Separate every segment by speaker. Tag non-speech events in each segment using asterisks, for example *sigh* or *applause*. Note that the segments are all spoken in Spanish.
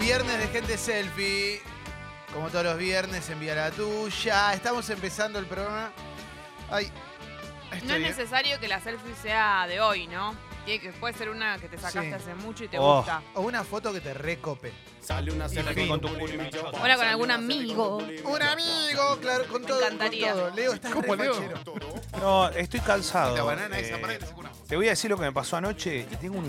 Speaker 1: Viernes de gente selfie. Como todos los viernes, envía la tuya. Estamos empezando el programa. Ay, estoy
Speaker 2: No es
Speaker 1: bien.
Speaker 2: necesario que la selfie sea de hoy, ¿no? Tiene que, puede ser una que te sacaste
Speaker 1: Sí.
Speaker 2: hace mucho y te
Speaker 3: Oh.
Speaker 2: gusta.
Speaker 1: O una foto que te recope.
Speaker 4: Sale una selfie
Speaker 3: con tu
Speaker 2: Hola, con algún amigo.
Speaker 1: Un amigo, claro, con
Speaker 2: Me
Speaker 1: todo. con
Speaker 2: encantaría.
Speaker 1: todo. Leo, estás
Speaker 5: ¿Cómo,
Speaker 1: re
Speaker 5: Leo?
Speaker 1: fachero.
Speaker 3: No, estoy cansado.
Speaker 5: La banana
Speaker 3: Eh,
Speaker 5: esa, para que te saque una foto.
Speaker 3: te voy a decir lo que me pasó anoche y tengo una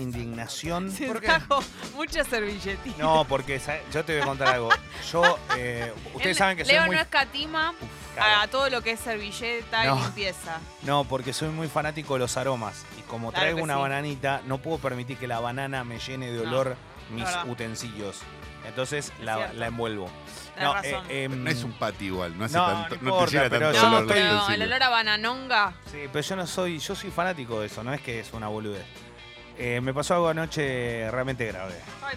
Speaker 2: *laughs*
Speaker 3: indignación.
Speaker 2: Se
Speaker 1: ¿Por qué?
Speaker 2: trajo muchas servilletas.
Speaker 3: No, porque sa- yo te voy a contar algo. Yo, eh, ustedes saben que soy
Speaker 2: Leo
Speaker 3: muy...
Speaker 2: no Ah. escatima
Speaker 3: Uf, cara.
Speaker 2: a todo lo que es servilleta y
Speaker 3: No.
Speaker 2: limpieza.
Speaker 3: No, porque soy muy fanático de los aromas. Y como
Speaker 2: Claro
Speaker 3: traigo
Speaker 2: que
Speaker 3: una
Speaker 2: sí.
Speaker 3: bananita, no puedo permitir que la banana me llene de
Speaker 2: No,
Speaker 3: olor mis
Speaker 2: verdad.
Speaker 3: utensilios. Entonces la,
Speaker 2: cierto.
Speaker 3: la envuelvo.
Speaker 2: Tenés razón.
Speaker 3: eh, em,
Speaker 5: No eh, es un pati igual, no hace
Speaker 3: No,
Speaker 5: tanto,
Speaker 3: no
Speaker 5: no,
Speaker 3: importa,
Speaker 5: te llega
Speaker 3: pero
Speaker 5: tanto
Speaker 3: yo
Speaker 2: no,
Speaker 3: no
Speaker 5: olor de
Speaker 2: pero el
Speaker 5: utensilio.
Speaker 2: olor a bananonga.
Speaker 3: Sí, pero yo no soy, yo soy fanático de eso, no es que es una boludez. Eh, me pasó algo anoche realmente grave.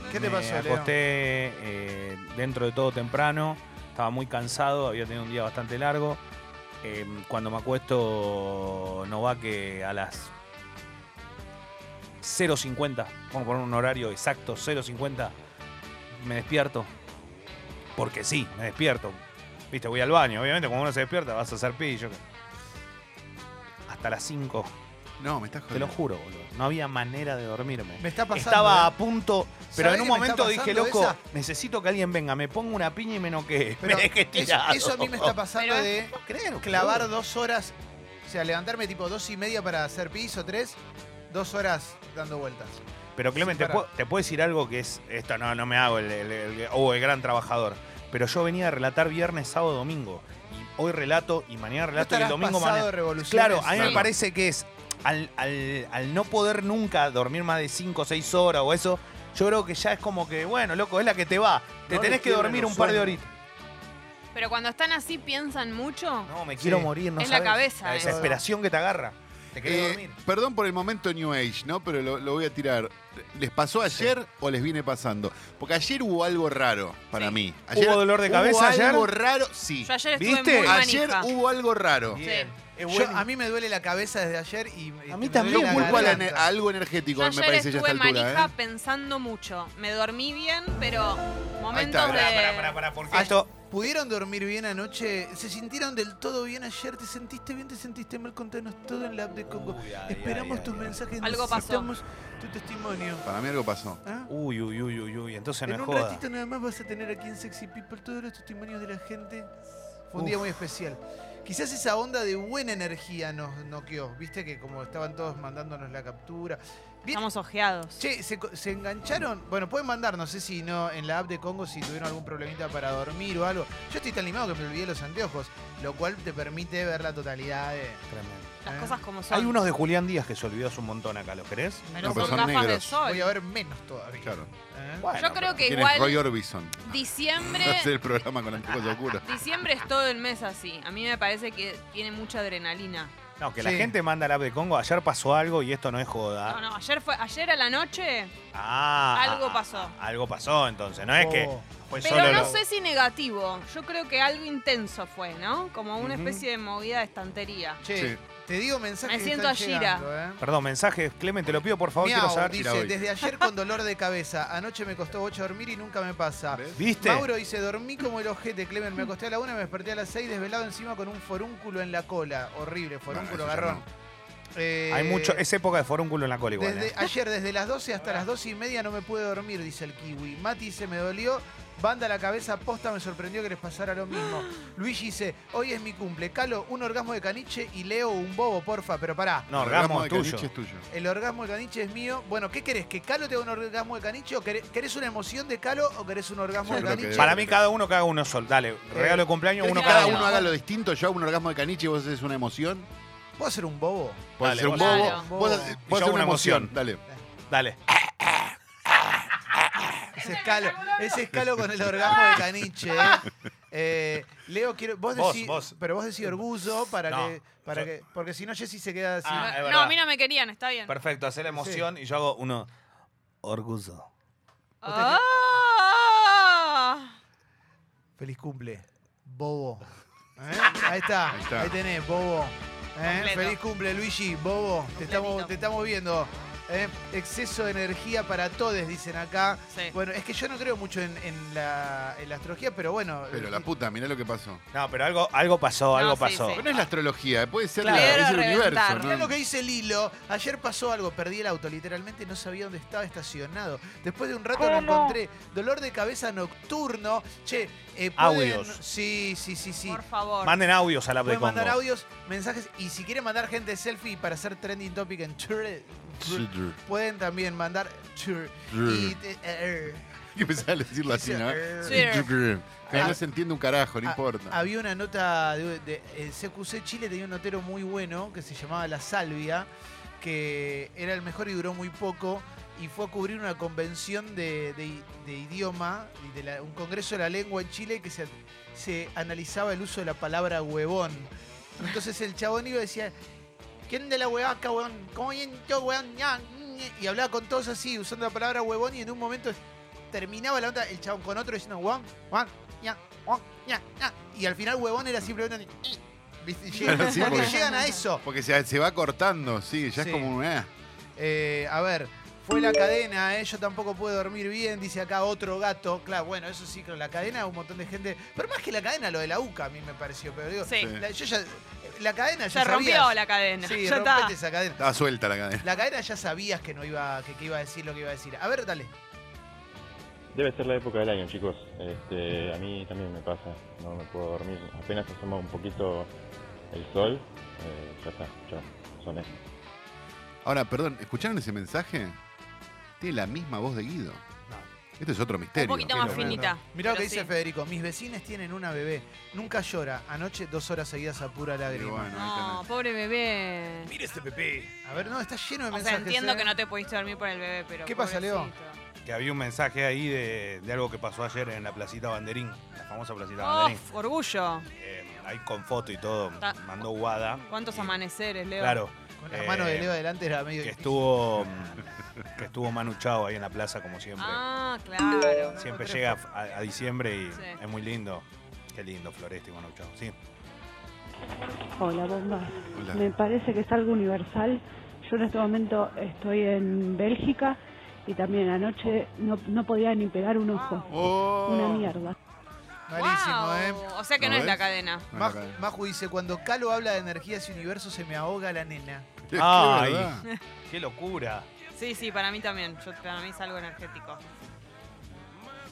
Speaker 1: ¿Qué te
Speaker 3: Me
Speaker 1: pasó, Leo?
Speaker 3: acosté eh, dentro de todo temprano, estaba muy cansado, había tenido un día bastante largo. Eh, cuando me acuesto no va que a las 0.50, vamos a poner un horario exacto, 0.50, me despierto. Porque sí, me despierto. Viste, voy al baño, obviamente cuando uno se despierta vas a hacer pis. yo- Hasta las 5,
Speaker 5: No, me estás
Speaker 3: te lo
Speaker 5: jodiendo.
Speaker 3: juro, boludo. No había manera de dormirme.
Speaker 1: Me está pasando.
Speaker 3: Estaba
Speaker 1: ¿eh?
Speaker 3: a punto, pero
Speaker 1: ¿Sabés
Speaker 3: en un
Speaker 1: que me está
Speaker 3: momento dije,
Speaker 1: pasando
Speaker 3: loco,
Speaker 1: esa?
Speaker 3: necesito que alguien venga, me ponga una piña y me noquee. *laughs*
Speaker 1: Pero
Speaker 3: me dejé
Speaker 1: eso,
Speaker 3: tirado.
Speaker 1: eso a mí me está pasando
Speaker 2: Pero-
Speaker 1: de
Speaker 3: Claro,
Speaker 1: clavar
Speaker 3: boludo.
Speaker 1: dos horas. O sea, levantarme tipo dos y media para hacer piso, tres. Dos horas dando vueltas.
Speaker 3: Pero Clemente,
Speaker 1: Sí, para.
Speaker 3: te puedo decir algo que es, esto no, no me hago el, el- el- oh, el gran trabajador, pero yo venía a relatar viernes, sábado, domingo. Y hoy relato y mañana
Speaker 1: ¿No
Speaker 3: relato y el
Speaker 1: estarás
Speaker 3: domingo
Speaker 1: pasado
Speaker 3: mañana.
Speaker 1: de revoluciones?
Speaker 3: Claro, a mí me
Speaker 2: Sí.
Speaker 3: parece que es al, al- al no poder nunca dormir más de 5 o 6 horas o eso, yo creo que ya es como que, bueno, loco, es la que te va. Te
Speaker 4: No le
Speaker 3: tenés que
Speaker 4: quiebren
Speaker 3: dormir
Speaker 4: los
Speaker 3: un par de
Speaker 4: sueños.
Speaker 3: horitas.
Speaker 2: Pero cuando están así piensan mucho.
Speaker 3: No, me
Speaker 1: Sí.
Speaker 3: quiero morir, no
Speaker 2: Es la
Speaker 3: sabés.
Speaker 2: cabeza,
Speaker 3: La
Speaker 2: eh.
Speaker 3: desesperación que te agarra. Te querés
Speaker 5: Eh,
Speaker 3: dormir.
Speaker 5: perdón por el momento New Age, ¿no? Pero lo, lo voy a tirar. ¿Les pasó ayer o les viene pasando? Porque ayer hubo algo raro para
Speaker 2: Sí.
Speaker 5: mí. Ayer,
Speaker 3: ¿Hubo dolor de cabeza
Speaker 5: hubo
Speaker 3: ayer?
Speaker 5: algo raro, sí.
Speaker 2: Yo ayer estuve
Speaker 3: ¿Viste?
Speaker 2: muy
Speaker 5: Ayer
Speaker 2: manija.
Speaker 5: hubo algo raro.
Speaker 2: Bien.
Speaker 3: Es
Speaker 1: Yo-
Speaker 3: bueno.
Speaker 1: a mí me duele la cabeza desde ayer y. y
Speaker 3: A mí
Speaker 1: me
Speaker 3: también.
Speaker 1: duele
Speaker 5: Yo
Speaker 1: la
Speaker 5: culpo a, la
Speaker 1: garganta.
Speaker 5: ne- a algo energético,
Speaker 2: Yo
Speaker 5: me
Speaker 2: ayer
Speaker 5: parece ya a
Speaker 2: estuve
Speaker 5: esta
Speaker 2: manija
Speaker 5: altura. ¿eh?
Speaker 2: pensando mucho. Me dormí bien, pero momentos
Speaker 5: está, pará,
Speaker 2: de...
Speaker 3: Pará, pará, pará, porque
Speaker 1: Ay,
Speaker 3: esto.
Speaker 1: ¿Pudieron dormir bien anoche? ¿Se sintieron del todo bien ayer? ¿Te sentiste bien? ¿Te sentiste mal? Contanos todo en la app de Congo.
Speaker 3: Uy, ay,
Speaker 1: Esperamos
Speaker 3: ay,
Speaker 1: tus
Speaker 3: ay,
Speaker 1: mensajes.
Speaker 2: Algo pasó.
Speaker 1: necesitamos tu testimonio.
Speaker 5: Para mí algo pasó.
Speaker 1: ¿Ah?
Speaker 3: Uy, uy, uy, uy, uy. Entonces no
Speaker 1: En
Speaker 3: es
Speaker 1: un
Speaker 3: joda.
Speaker 1: ratito nada más vas a tener aquí en Sexy People todos los testimonios de la gente. Fue un
Speaker 3: Uf.
Speaker 1: día muy especial. Quizás esa onda de buena energía nos noqueó. Viste que como estaban todos mandándonos la captura. Bien,
Speaker 2: Estamos ojeados.
Speaker 1: Che, ¿se, co- se engancharon? Bueno, pueden mandar, no sé si no, en la app de Congo si tuvieron algún problemita para dormir o algo. Yo estoy tan limado que me olvidé los anteojos, lo cual te permite ver la totalidad de...
Speaker 3: Tremendo.
Speaker 2: Las
Speaker 1: ¿eh?
Speaker 2: cosas como son.
Speaker 3: Hay unos de Julián Díaz que se olvidó hace un montón acá, ¿lo querés?
Speaker 2: Pero son
Speaker 5: No, pero son
Speaker 2: gafas de
Speaker 5: negros.
Speaker 2: sol.
Speaker 1: Voy a ver menos todavía.
Speaker 5: Claro.
Speaker 1: ¿eh?
Speaker 3: Bueno,
Speaker 2: Yo creo que
Speaker 5: ¿Quién es Roy
Speaker 2: igual
Speaker 5: Orbison? Hacer *laughs*
Speaker 2: diciembre,
Speaker 5: el programa con
Speaker 2: *laughs*
Speaker 5: anteojos oscuros.
Speaker 2: diciembre es todo el mes así. A mí me parece que tiene mucha adrenalina.
Speaker 3: No, que la
Speaker 1: Sí.
Speaker 3: gente manda al app de Congo. Ayer pasó algo y esto no es joda.
Speaker 2: No, no, ayer fue, ayer a la noche
Speaker 3: Ah.
Speaker 2: Algo
Speaker 3: ah,
Speaker 2: pasó.
Speaker 3: ah, Algo pasó, entonces. No es que
Speaker 1: Oh.
Speaker 3: fue
Speaker 2: Pero
Speaker 3: solo
Speaker 2: no
Speaker 3: lo-
Speaker 2: sé si negativo. Yo creo que algo intenso fue, ¿no? Como una
Speaker 3: Ujú.
Speaker 2: especie de movida de estantería.
Speaker 1: Che,
Speaker 5: Sí. Ah,
Speaker 1: te digo mensajes
Speaker 2: Me
Speaker 1: que
Speaker 2: siento
Speaker 1: están
Speaker 2: Ashira.
Speaker 1: llegando, ¿eh?
Speaker 3: Perdón, mensajes, Clemente, lo pido por favor,
Speaker 1: Miau,
Speaker 3: quiero saber.
Speaker 5: Tira
Speaker 1: dice,
Speaker 5: hoy.
Speaker 1: desde ayer con dolor de cabeza. Anoche me costó bocho dormir y nunca me pasa.
Speaker 5: ¿Ves?
Speaker 3: ¿Viste?
Speaker 1: Mauro dice, dormí como el ojete, Clemen. Me acosté a la una y me desperté a las seis desvelado encima con un forúnculo en la cola. Horrible, forúnculo
Speaker 5: eso ya
Speaker 1: garrón. Eh,
Speaker 3: Hay mucho. Es época de forúnculo en la cola igual.
Speaker 1: desde,
Speaker 3: ¿eh?
Speaker 1: ayer, desde las 12 hasta las 12 y media no me pude dormir, dice el kiwi. Mati se me dolió, banda a la cabeza, posta, me sorprendió que les pasara lo
Speaker 3: *gasps*
Speaker 1: mismo. Luigi dice, hoy es mi cumple, Calo, un orgasmo de caniche y Leo un bobo, porfa, pero pará.
Speaker 3: No,
Speaker 5: El
Speaker 3: orgasmo
Speaker 5: de
Speaker 3: es tuyo.
Speaker 5: Caniche es tuyo.
Speaker 1: El orgasmo de caniche es mío. Bueno, ¿qué querés? ¿Que Calo te haga un orgasmo de caniche? ¿O querés, querés una emoción de Calo o querés un orgasmo
Speaker 5: Yo
Speaker 1: de
Speaker 5: creo que
Speaker 1: caniche?
Speaker 3: Para mí cada uno que haga uno sol. Dale, regalo de cumpleaños,
Speaker 5: ¿Querés
Speaker 3: uno
Speaker 5: que cada
Speaker 3: cada
Speaker 5: uno
Speaker 3: uno.
Speaker 5: haga lo distinto? Yo hago un orgasmo de caniche y vos haces una emoción.
Speaker 1: ¿Puedo ser un bobo?
Speaker 5: Vos
Speaker 3: Dale,
Speaker 5: haces un
Speaker 3: vos
Speaker 2: haces-
Speaker 5: bobo.
Speaker 2: Claro.
Speaker 5: Vos haces,
Speaker 1: Yo
Speaker 5: vos haces
Speaker 3: hago una
Speaker 5: una emoción.
Speaker 3: emoción.
Speaker 5: Dale.
Speaker 3: Dale.
Speaker 2: Eh.
Speaker 1: Ese es Calo. Ese es Calo con el orgasmo de caniche. ¿eh? Eh, Leo, quiero, vos
Speaker 3: Vos,
Speaker 1: decís,
Speaker 3: vos.
Speaker 1: pero vos decís orgullo para
Speaker 3: No,
Speaker 1: que, para
Speaker 3: yo-
Speaker 1: que, porque si no Jessy se queda así.
Speaker 3: Ah, es
Speaker 2: no,
Speaker 3: verdad.
Speaker 2: a mí no me querían, está bien.
Speaker 3: Perfecto, hacer la emoción y yo hago uno. Orgullo.
Speaker 2: Ah.
Speaker 1: Feliz cumple, bobo. ¿Eh? Ahí, está. ahí
Speaker 5: Ahí está.
Speaker 1: tenés, bobo. ¿Eh?
Speaker 2: Completo.
Speaker 1: Feliz cumple, Luigi, bobo. Te estamos,
Speaker 2: Completito.
Speaker 1: te estamos viendo. Eh, exceso de energía para todos, dicen acá.
Speaker 2: Sí.
Speaker 1: Bueno, es que yo no creo mucho en, en la, en la astrología, pero bueno.
Speaker 5: Pero la puta, mirá lo que pasó.
Speaker 3: No, pero algo, algo pasó,
Speaker 2: No,
Speaker 3: algo
Speaker 2: sí,
Speaker 3: pasó.
Speaker 2: sí.
Speaker 5: Pero no es la astrología, eh, puede ser
Speaker 2: Claro.
Speaker 5: la- es el
Speaker 2: Quiero reventar.
Speaker 5: universo.
Speaker 1: Mirá
Speaker 5: ¿no?
Speaker 1: lo que dice Lilo. Ayer pasó algo, perdí el auto, literalmente no sabía dónde estaba estacionado. Después de un rato lo
Speaker 2: ¿Cómo?
Speaker 1: encontré. Dolor de cabeza nocturno. Che, eh, pueden-
Speaker 3: Audios.
Speaker 1: Sí, sí, sí, sí.
Speaker 2: Por favor.
Speaker 3: Manden audios a la de
Speaker 1: Pueden mandar
Speaker 3: Congo.
Speaker 1: audios, mensajes y si quieren mandar gente selfie para hacer trending topic en Twitter, pueden también mandar Twitter. Y te- eh,
Speaker 5: *laughs* Y empezaba a decirlo así,
Speaker 3: ¿eh?
Speaker 5: ¿no?
Speaker 2: Twitter.
Speaker 5: Que no se entiende un carajo, no
Speaker 1: Ah,
Speaker 5: importa.
Speaker 1: Había una nota de, de- el CQC Chile tenía un notero muy bueno que se llamaba La Salvia, que era el mejor y duró muy poco. Y fue a cubrir una convención de, de- de idioma, y de la- un congreso de la lengua en Chile que se, se analizaba el uso de la palabra huevón. Entonces el chabón iba y decía, ¿quién de la huevaca, huevón? ¿Cómo bien yo, huevón? Ya, mm", Y hablaba con todos así, usando la palabra huevón, y en un momento terminaba la onda el chabón con otro diciendo huevón, huevón, ya, huevón, ya, ya. Y al final huevón era simplemente... un "i". ¿Viste? Y llegan-
Speaker 5: Claro, sí,
Speaker 1: porque
Speaker 5: porque-
Speaker 1: llegan a eso.
Speaker 5: Porque se, se va cortando, sí, ya
Speaker 1: Sí.
Speaker 5: es como un. eh.
Speaker 1: Eh, a ver, fue la cadena, ¿eh? yo tampoco puedo dormir bien, dice acá otro gato. Claro, bueno, eso sí, con la cadena un montón de gente. Pero más que la cadena, lo de la UCA a mí me pareció. Pero digo,
Speaker 2: Sí.
Speaker 5: Sí.
Speaker 1: la, yo ya- la cadena ya
Speaker 2: Se rompió
Speaker 1: sabías.
Speaker 2: la cadena.
Speaker 1: Sí,
Speaker 2: ya está.
Speaker 1: rompete esa cadena.
Speaker 5: Estaba suelta la cadena.
Speaker 1: La cadena ya sabías que no iba, que, que iba a decir lo que iba a decir. A ver, dale.
Speaker 4: Debe ser la época del año, chicos. Este, a mí también me pasa, no me puedo dormir. Apenas asoma un poquito el sol, eh, ya está, chao, soné.
Speaker 5: Ahora, perdón, ¿escucharon ese mensaje? Tiene la misma voz de Guido.
Speaker 3: No.
Speaker 5: Este es otro misterio.
Speaker 2: poquito
Speaker 5: Qué
Speaker 2: más
Speaker 5: loco.
Speaker 2: finita.
Speaker 1: Mirá lo
Speaker 2: pero
Speaker 1: que dice
Speaker 2: sí.
Speaker 1: Federico. Mis vecinos tienen una bebé. Nunca llora. Anoche dos horas seguidas a pura
Speaker 5: Y
Speaker 1: lágrima.
Speaker 5: bueno, ahí
Speaker 2: No,
Speaker 5: tenés.
Speaker 2: pobre bebé.
Speaker 3: Mire este Pepe.
Speaker 1: A ver, no, está lleno de
Speaker 2: O
Speaker 1: mensajes.
Speaker 2: sea, entiendo
Speaker 1: ¿eh?
Speaker 2: que no te pudiste dormir por el bebé, pero.
Speaker 1: ¿Qué pasa, Leo?
Speaker 2: pobrecito.
Speaker 3: Que había un mensaje ahí de, de algo que pasó ayer en la placita Banderín, la famosa placita Banderín.
Speaker 2: Uf, orgullo.
Speaker 3: Eh, ahí con foto y todo,
Speaker 2: Ta-
Speaker 3: mandó Guada.
Speaker 2: ¿Cuántos
Speaker 3: Y-
Speaker 2: amaneceres, Leo?
Speaker 3: Claro.
Speaker 1: Con la
Speaker 3: eh,
Speaker 1: mano de Leo adelante era medio
Speaker 3: Que
Speaker 1: difícil.
Speaker 3: estuvo, mm, que estuvo Manu Chao ahí en la plaza, como siempre.
Speaker 2: Ah, claro.
Speaker 3: Siempre llega a, a diciembre y
Speaker 2: Sí.
Speaker 3: es muy lindo. Qué lindo, Floresta y Manu Chao. Sí.
Speaker 6: Hola, bomba.
Speaker 5: Hola.
Speaker 6: Me parece que es algo universal. Yo en este momento estoy en Bélgica y también anoche no, no podía ni pegar un ojo.
Speaker 5: Oh.
Speaker 6: Una mierda.
Speaker 1: Malísimo,
Speaker 2: Wow.
Speaker 1: ¿eh?
Speaker 2: O sea que no,
Speaker 5: ¿No
Speaker 2: es la
Speaker 5: ves?
Speaker 2: cadena.
Speaker 5: No,
Speaker 1: Maj-
Speaker 5: la cadena.
Speaker 1: Maju dice, cuando Calo habla de energías y universo se me ahoga la nena.
Speaker 5: Qué
Speaker 3: Ay.
Speaker 5: verdad.
Speaker 3: Qué locura.
Speaker 2: Sí, sí, para mí también. Yo- para mí es algo energético.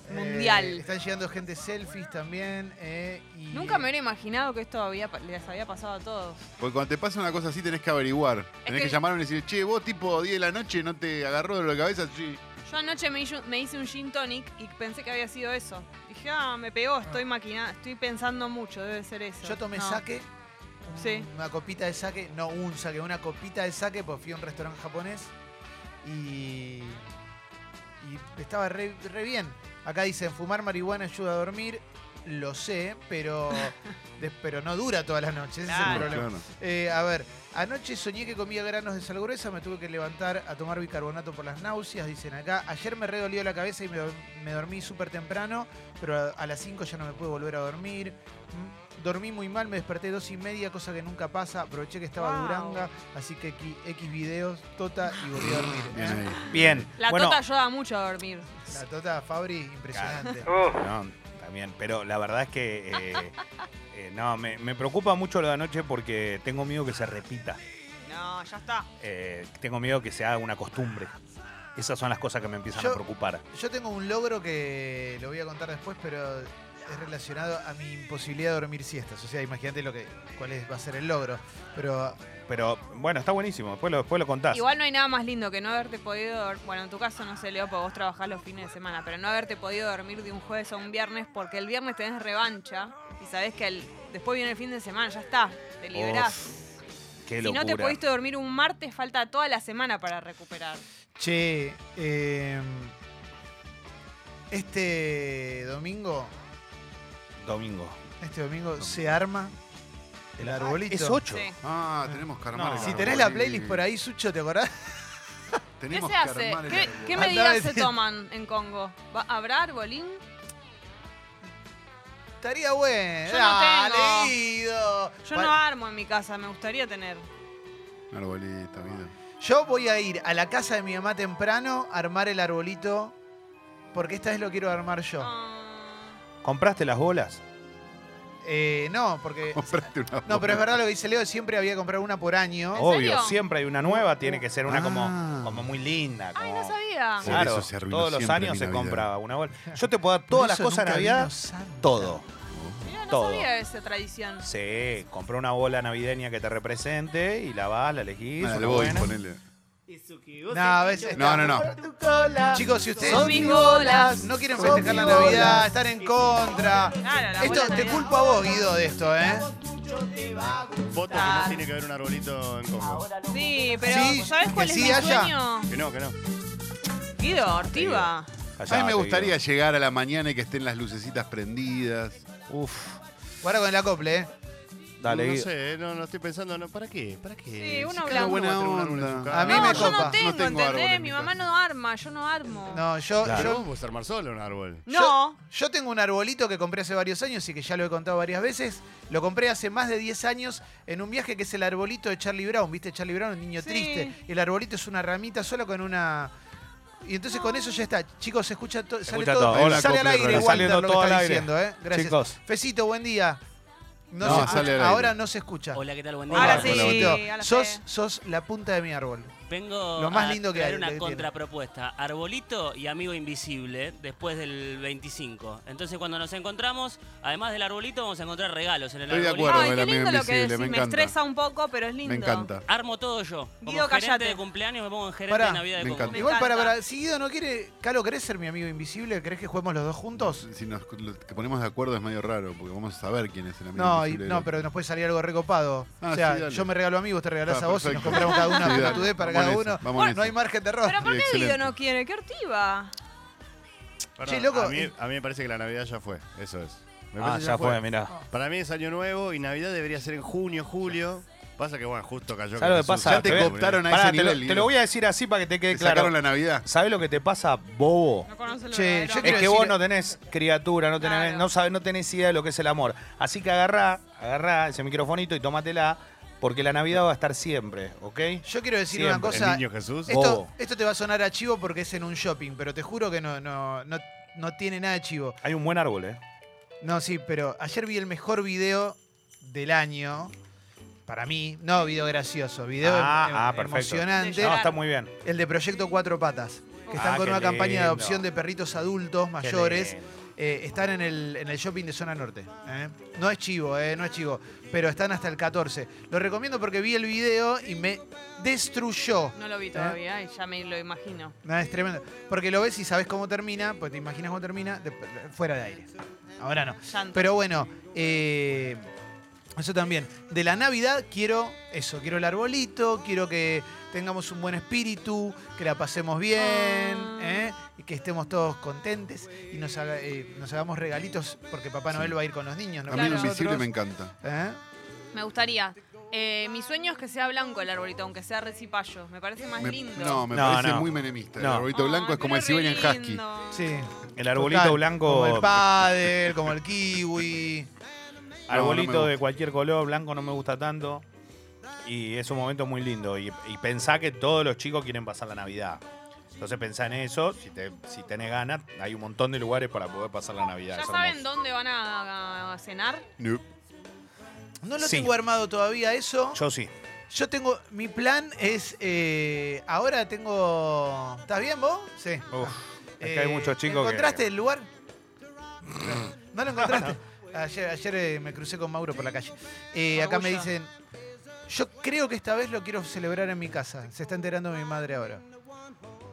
Speaker 1: Eh,
Speaker 2: Mundial.
Speaker 1: están llegando gente selfies también. eh, y-
Speaker 2: Nunca me hubiera imaginado que esto había, pa- les había pasado a todos.
Speaker 5: Porque cuando te pasa una cosa así tenés que averiguar. Tenés
Speaker 2: que-
Speaker 5: que, llamar y decir, che, vos tipo 10 de la noche no te agarró de la cabeza, sí.
Speaker 2: Yo anoche me hice, un- me hice un gin tonic y pensé que había sido eso. Dije, ah, me pegó, estoy maquinando, estoy pensando mucho, debe ser eso.
Speaker 1: Yo tomé
Speaker 2: No.
Speaker 1: saque.
Speaker 2: Sí.
Speaker 1: Una copita de saque. No un saque, una copita de saque, pues fui a un restaurante japonés. Y. Y estaba re, re bien. Acá dicen, fumar marihuana ayuda a dormir. Lo sé,
Speaker 2: *laughs*
Speaker 1: pero. de- pero no dura toda la noche. Ese es el
Speaker 2: Claro.
Speaker 1: problema.
Speaker 5: Claro.
Speaker 1: Eh, a ver, anoche soñé que comía granos de sal gruesa, me tuve que levantar a tomar bicarbonato por las náuseas, dicen acá. Ayer me redolió la cabeza y me, do- me dormí súper temprano, pero a, a las 5 ya no me pude volver a dormir. Mm, Dormí muy mal, me desperté dos y media, cosa que nunca pasa. Aproveché que estaba
Speaker 2: Wow.
Speaker 1: Duranga, así que X, X videos, Tota y volví a dormir.
Speaker 5: Bien
Speaker 1: ¿eh?
Speaker 5: ahí.
Speaker 3: Bien.
Speaker 2: La
Speaker 3: bueno,
Speaker 2: tota ayuda mucho a dormir.
Speaker 1: La Tota Fabri, impresionante.
Speaker 3: No, también, pero la verdad es que eh, eh, no, me, me preocupa mucho lo de anoche porque tengo miedo que se repita.
Speaker 2: No, ya está.
Speaker 3: Eh, tengo miedo que se haga una costumbre. Esas son las cosas que me empiezan
Speaker 1: Yo-
Speaker 3: a preocupar.
Speaker 1: Yo tengo un logro que lo voy a contar después, pero es relacionado a mi imposibilidad de dormir siestas. O sea, imagínate lo que, cuál es- va a ser el logro. Pero
Speaker 3: Pero bueno, está buenísimo. Después lo, después lo contás.
Speaker 2: Igual no hay nada más lindo que no haberte podido dor- Bueno, en tu caso no sé, Leo, porque vos trabajás los fines de semana, pero no haberte podido dormir de un jueves a un viernes porque el viernes tenés revancha y sabés que el, después viene el fin de semana, ya está, te liberás.
Speaker 3: Uf, Oh, qué
Speaker 2: si
Speaker 3: locura.
Speaker 2: no te pudiste dormir un martes, falta toda la semana para recuperar.
Speaker 1: Che, eh, este domingo,
Speaker 3: Domingo.
Speaker 1: este domingo se arma el arbolito.
Speaker 3: Es 8.
Speaker 2: Sí.
Speaker 5: Ah, tenemos que armar.
Speaker 3: No.
Speaker 5: el
Speaker 1: Si
Speaker 5: árbol.
Speaker 1: tenés la playlist por ahí, Sucho, ¿te acordás? *laughs*
Speaker 2: ¿Qué
Speaker 5: Tenemos
Speaker 2: se
Speaker 5: que
Speaker 2: hace?
Speaker 5: armar el
Speaker 2: ¿Qué,
Speaker 5: árbol.
Speaker 2: qué
Speaker 1: Andá a
Speaker 2: medidas
Speaker 1: ver
Speaker 2: se
Speaker 1: si-
Speaker 2: toman en Congo? ¿Va- ¿Habrá arbolín?
Speaker 1: Estaría bueno.
Speaker 2: Yo no tengo.
Speaker 1: Dale, Guido.
Speaker 2: Yo
Speaker 1: Pa-
Speaker 2: no armo en mi casa, me gustaría tener.
Speaker 5: Un arbolito, Guido.
Speaker 1: Yo voy a ir a la casa de mi mamá temprano a armar el arbolito, porque esta vez lo quiero armar yo.
Speaker 2: Ah,
Speaker 3: ¿Compraste las bolas?
Speaker 1: Eh, *laughs* no, porque...
Speaker 5: Compraste una
Speaker 1: No, pero es
Speaker 5: bomba.
Speaker 1: verdad lo que dice Leo, siempre había que comprar una por año.
Speaker 2: Oh.
Speaker 3: Obvio,
Speaker 2: serio?
Speaker 3: siempre hay una nueva, tiene que ser una
Speaker 5: Ah.
Speaker 3: como, como muy linda.
Speaker 2: Ay,
Speaker 3: como-
Speaker 2: no sabía.
Speaker 5: Sí.
Speaker 3: Claro,
Speaker 5: Por eso se arruinó
Speaker 3: todos los
Speaker 5: siempre
Speaker 3: años
Speaker 5: mi
Speaker 3: se
Speaker 5: Navidad.
Speaker 3: compraba una bola. Yo te puedo dar todas las
Speaker 1: Eso
Speaker 3: cosas de
Speaker 1: nunca
Speaker 3: Navidad,
Speaker 1: vino Santa.
Speaker 3: todo.
Speaker 2: Mirá, no
Speaker 3: Todo.
Speaker 2: sabía esa tradición.
Speaker 3: Sí, compré una bola navideña que te represente y la vas, la elegís.
Speaker 5: Ah,
Speaker 3: una
Speaker 5: le voy,
Speaker 3: buena.
Speaker 5: ponele.
Speaker 1: No, a veces...
Speaker 5: No, no, no.
Speaker 1: Chicos, si ustedes
Speaker 2: Son mis bolas.
Speaker 1: no quieren
Speaker 3: Son
Speaker 1: festejar la
Speaker 3: mis bolas.
Speaker 1: Navidad, están en contra...
Speaker 2: Claro, la
Speaker 1: Esto,
Speaker 2: abuela
Speaker 1: te
Speaker 2: Navidad.
Speaker 1: culpo a vos, Guido, de esto, ¿eh?
Speaker 7: Voto que
Speaker 2: Ah.
Speaker 7: no tiene que haber un arbolito en Congo.
Speaker 2: Sí, pero
Speaker 1: Sí,
Speaker 2: ¿sabes
Speaker 1: que
Speaker 2: cuál es
Speaker 1: sí
Speaker 2: mi
Speaker 1: haya.
Speaker 2: sueño?
Speaker 7: Que no, que no.
Speaker 2: Guido, Ortiva.
Speaker 5: A
Speaker 3: Callate,
Speaker 5: mí me gustaría
Speaker 3: Guido.
Speaker 5: llegar a la mañana y que estén las lucecitas prendidas.
Speaker 3: Uf,
Speaker 1: Guarda con el acople, ¿eh?
Speaker 3: dale,
Speaker 7: no, no
Speaker 3: Guido.
Speaker 7: sé, eh, no, no estoy pensando, no, ¿para qué? ¿Para qué?
Speaker 2: Sí, uno
Speaker 7: Si cada
Speaker 2: blanco.
Speaker 7: uno va a tener un árbol en su
Speaker 5: Buena
Speaker 7: casa.
Speaker 1: A mí
Speaker 2: no,
Speaker 1: me
Speaker 2: yo
Speaker 1: copa.
Speaker 2: no tengo,
Speaker 5: No tengo árbol
Speaker 2: ¿entendés?
Speaker 5: en
Speaker 2: Mi
Speaker 5: mi
Speaker 2: mamá
Speaker 5: casa.
Speaker 2: no arma, yo no armo.
Speaker 1: No, yo,
Speaker 7: Pero
Speaker 3: Claro.
Speaker 1: yo,
Speaker 7: vos podés armar solo un árbol.
Speaker 2: No.
Speaker 1: yo tengo un arbolito que compré hace varios años y que ya lo he contado varias veces. Lo compré hace más de 10 años en un viaje que es el arbolito de Charlie Brown. ¿Viste Charlie Brown? Un niño
Speaker 2: Sí.
Speaker 1: triste. Y el arbolito es una ramita sola con una... Y entonces con eso ya está. Chicos, se escucha, to- sale
Speaker 3: Escucha
Speaker 1: todo.
Speaker 3: todo. Hola,
Speaker 1: sale al
Speaker 5: acople,
Speaker 1: aire,
Speaker 5: Está
Speaker 1: Walter,
Speaker 3: saliendo
Speaker 1: lo que
Speaker 3: todo
Speaker 1: está
Speaker 3: al aire.
Speaker 1: diciendo, ¿eh? Gracias.
Speaker 3: Chicos.
Speaker 1: Fecito, buen día. No,
Speaker 5: No,
Speaker 1: se escucha-
Speaker 5: sale al aire.
Speaker 1: ahora no se escucha.
Speaker 8: Hola, ¿qué tal? Buen día.
Speaker 2: Ahora
Speaker 1: Hola,
Speaker 2: sí,
Speaker 1: hola, buen día.
Speaker 2: a la
Speaker 1: Sos,
Speaker 2: fe.
Speaker 1: sos la punta de mi árbol.
Speaker 8: Vengo
Speaker 1: Lo más
Speaker 8: a
Speaker 1: lindo que
Speaker 8: traer
Speaker 1: hay,
Speaker 8: una
Speaker 1: que tiene.
Speaker 8: contrapropuesta. Arbolito y Amigo Invisible después del 25. Entonces, cuando nos encontramos, además del arbolito, vamos a encontrar regalos en el
Speaker 5: Estoy de
Speaker 8: arbolito.
Speaker 5: acuerdo.
Speaker 2: Ay,
Speaker 5: con
Speaker 2: qué
Speaker 5: el
Speaker 2: lindo
Speaker 5: amigo
Speaker 2: lo que
Speaker 5: invisible,
Speaker 2: decís.
Speaker 5: me
Speaker 2: Me,
Speaker 5: encanta.
Speaker 2: estresa un poco, pero es lindo.
Speaker 5: Me encanta.
Speaker 8: Armo todo yo. Como
Speaker 2: Guido,
Speaker 8: gerente
Speaker 2: callate.
Speaker 8: de cumpleaños me pongo en gerente
Speaker 1: Pará,
Speaker 8: de Navidad de
Speaker 5: me
Speaker 8: Congo.
Speaker 5: encanta.
Speaker 1: Igual para,
Speaker 2: encanta.
Speaker 1: para, si Guido no quiere, Calo, ¿querés ser mi amigo invisible? ¿Querés que juguemos los dos juntos?
Speaker 5: Si nos lo que ponemos de acuerdo es medio raro, porque vamos a saber quién es el amigo.
Speaker 1: No, y-
Speaker 5: invisible
Speaker 1: no,
Speaker 5: del
Speaker 1: pero
Speaker 5: otro.
Speaker 1: nos puede salir algo recopado.
Speaker 5: Ah,
Speaker 1: o sea,
Speaker 5: sí, dale.
Speaker 1: yo me regalo a mí, vos te regalás
Speaker 5: Ah,
Speaker 1: a vos y nos
Speaker 5: perfecto.
Speaker 1: compramos cada una
Speaker 5: Sí,
Speaker 1: una
Speaker 5: dale,
Speaker 1: pelotudez para
Speaker 5: vamos
Speaker 1: cada
Speaker 5: en
Speaker 1: uno.
Speaker 5: esa, vamos en
Speaker 1: no hay
Speaker 5: esa.
Speaker 1: margen de error.
Speaker 2: Pero ¿por qué Guido
Speaker 5: Excelente.
Speaker 2: no quiere? ¡Qué ortiva!
Speaker 7: Perdón,
Speaker 1: loco,
Speaker 7: A mí,
Speaker 1: eh.
Speaker 7: a mí me parece que la Navidad ya fue, eso es. Me
Speaker 3: Ah,
Speaker 7: parece que
Speaker 3: ya fue, mirá.
Speaker 7: Para mí es año nuevo y Navidad debería ser en junio, julio. Pasa que, bueno, justo cayó.
Speaker 3: ¿Sabes lo que
Speaker 7: Jesús.
Speaker 3: pasa?
Speaker 5: Ya te
Speaker 3: Te voy-
Speaker 5: cooptaron a
Speaker 3: Pará,
Speaker 5: ese
Speaker 3: te, lo,
Speaker 5: nivel.
Speaker 3: te lo voy a decir así para que te quede
Speaker 5: Te
Speaker 3: claro.
Speaker 5: sacaron la Navidad.
Speaker 3: ¿Sabes lo que te pasa, bobo?
Speaker 2: No conoce el
Speaker 1: Che, yo
Speaker 2: verdadero amor.
Speaker 1: quiero
Speaker 3: Es que
Speaker 1: decir-
Speaker 3: vos no tenés criatura, no tenés,
Speaker 2: Claro.
Speaker 3: no sabes, no tenés idea de lo que es el amor. Así que agarrá, agarrá ese microfonito y tómatela, porque la Navidad va a estar siempre, ¿ok?
Speaker 1: Yo quiero decir
Speaker 3: Siempre,
Speaker 1: una
Speaker 7: El
Speaker 1: cosa.
Speaker 7: niño Jesús.
Speaker 1: Esto,
Speaker 3: Bobo.
Speaker 1: esto te va a sonar a chivo porque es en un shopping, pero te juro que no, no, no, no tiene nada de chivo.
Speaker 3: Hay un buen árbol, ¿eh?
Speaker 1: No, sí, pero ayer vi el mejor video del año. Para mí, no video gracioso, video
Speaker 3: Ah,
Speaker 1: em-
Speaker 3: ah,
Speaker 1: em-
Speaker 3: perfecto.
Speaker 1: emocionante.
Speaker 2: De
Speaker 3: No,
Speaker 2: llorar.
Speaker 3: está muy bien.
Speaker 1: El de Proyecto Cuatro Patas, que están
Speaker 3: Ah,
Speaker 1: con
Speaker 3: qué
Speaker 1: una campaña de
Speaker 3: lindo.
Speaker 1: adopción de perritos adultos mayores.
Speaker 3: Qué lindo.
Speaker 1: eh, están en el, en el shopping de zona norte. ¿eh? No es chivo, eh, no es chivo, pero están hasta el 14. Lo recomiendo porque vi el video y me destruyó.
Speaker 2: No lo vi todavía y ya me lo imagino.
Speaker 1: Nada, es tremendo. Porque lo ves y sabes cómo termina, pues te imaginas cómo termina, de- fuera de aire. Ahora no.
Speaker 2: Llanto.
Speaker 1: Pero bueno, eh, eso también. De la Navidad quiero eso, quiero el arbolito, quiero que tengamos un buen espíritu, que la pasemos bien,
Speaker 2: Ah.
Speaker 1: ¿eh? y que estemos todos contentes y nos, haga- eh, nos hagamos regalitos porque Papá
Speaker 5: Sí.
Speaker 1: Noel va a ir con los niños. ¿no?
Speaker 5: Amigo
Speaker 2: Claro.
Speaker 5: Invisible
Speaker 1: Nosotros,
Speaker 5: me encanta.
Speaker 1: ¿eh?
Speaker 2: Me gustaría. Eh, mi sueño es que sea blanco el arbolito, aunque sea recipallo. Me parece más
Speaker 5: Me-
Speaker 2: lindo.
Speaker 5: no, me
Speaker 3: No,
Speaker 5: parece
Speaker 3: no.
Speaker 5: muy menemista.
Speaker 3: No.
Speaker 5: El arbolito blanco es como el Siberian Husky.
Speaker 1: Sí.
Speaker 3: El arbolito
Speaker 1: Total,
Speaker 3: blanco.
Speaker 1: Como el pádel, como el kiwi.
Speaker 3: Arbolito
Speaker 5: No, no me
Speaker 3: de cualquier color, blanco no me gusta tanto. Y es un momento muy lindo. Y, y pensá que todos los chicos quieren pasar la Navidad. Entonces pensá en eso, si, te, si tenés ganas, hay un montón de lugares para poder pasar la Navidad.
Speaker 2: ¿Ya
Speaker 3: es
Speaker 2: saben
Speaker 3: hermoso.
Speaker 2: dónde van a, a cenar?
Speaker 5: No.
Speaker 1: No lo
Speaker 3: Sí.
Speaker 1: tengo armado todavía eso.
Speaker 3: Yo sí.
Speaker 1: Yo tengo, mi plan es, eh, ahora tengo, ¿estás bien vos? Sí.
Speaker 3: Uf, es que
Speaker 1: Eh,
Speaker 3: hay muchos chicos que-
Speaker 1: ¿Encontraste el lugar? No lo
Speaker 3: *laughs*
Speaker 1: encontraste. Ayer, ayer, eh, me crucé con Mauro por la calle. Eh, acá me
Speaker 2: Orgullo.
Speaker 1: dicen, yo creo que esta vez lo quiero celebrar en mi casa. Se está enterando mi madre ahora.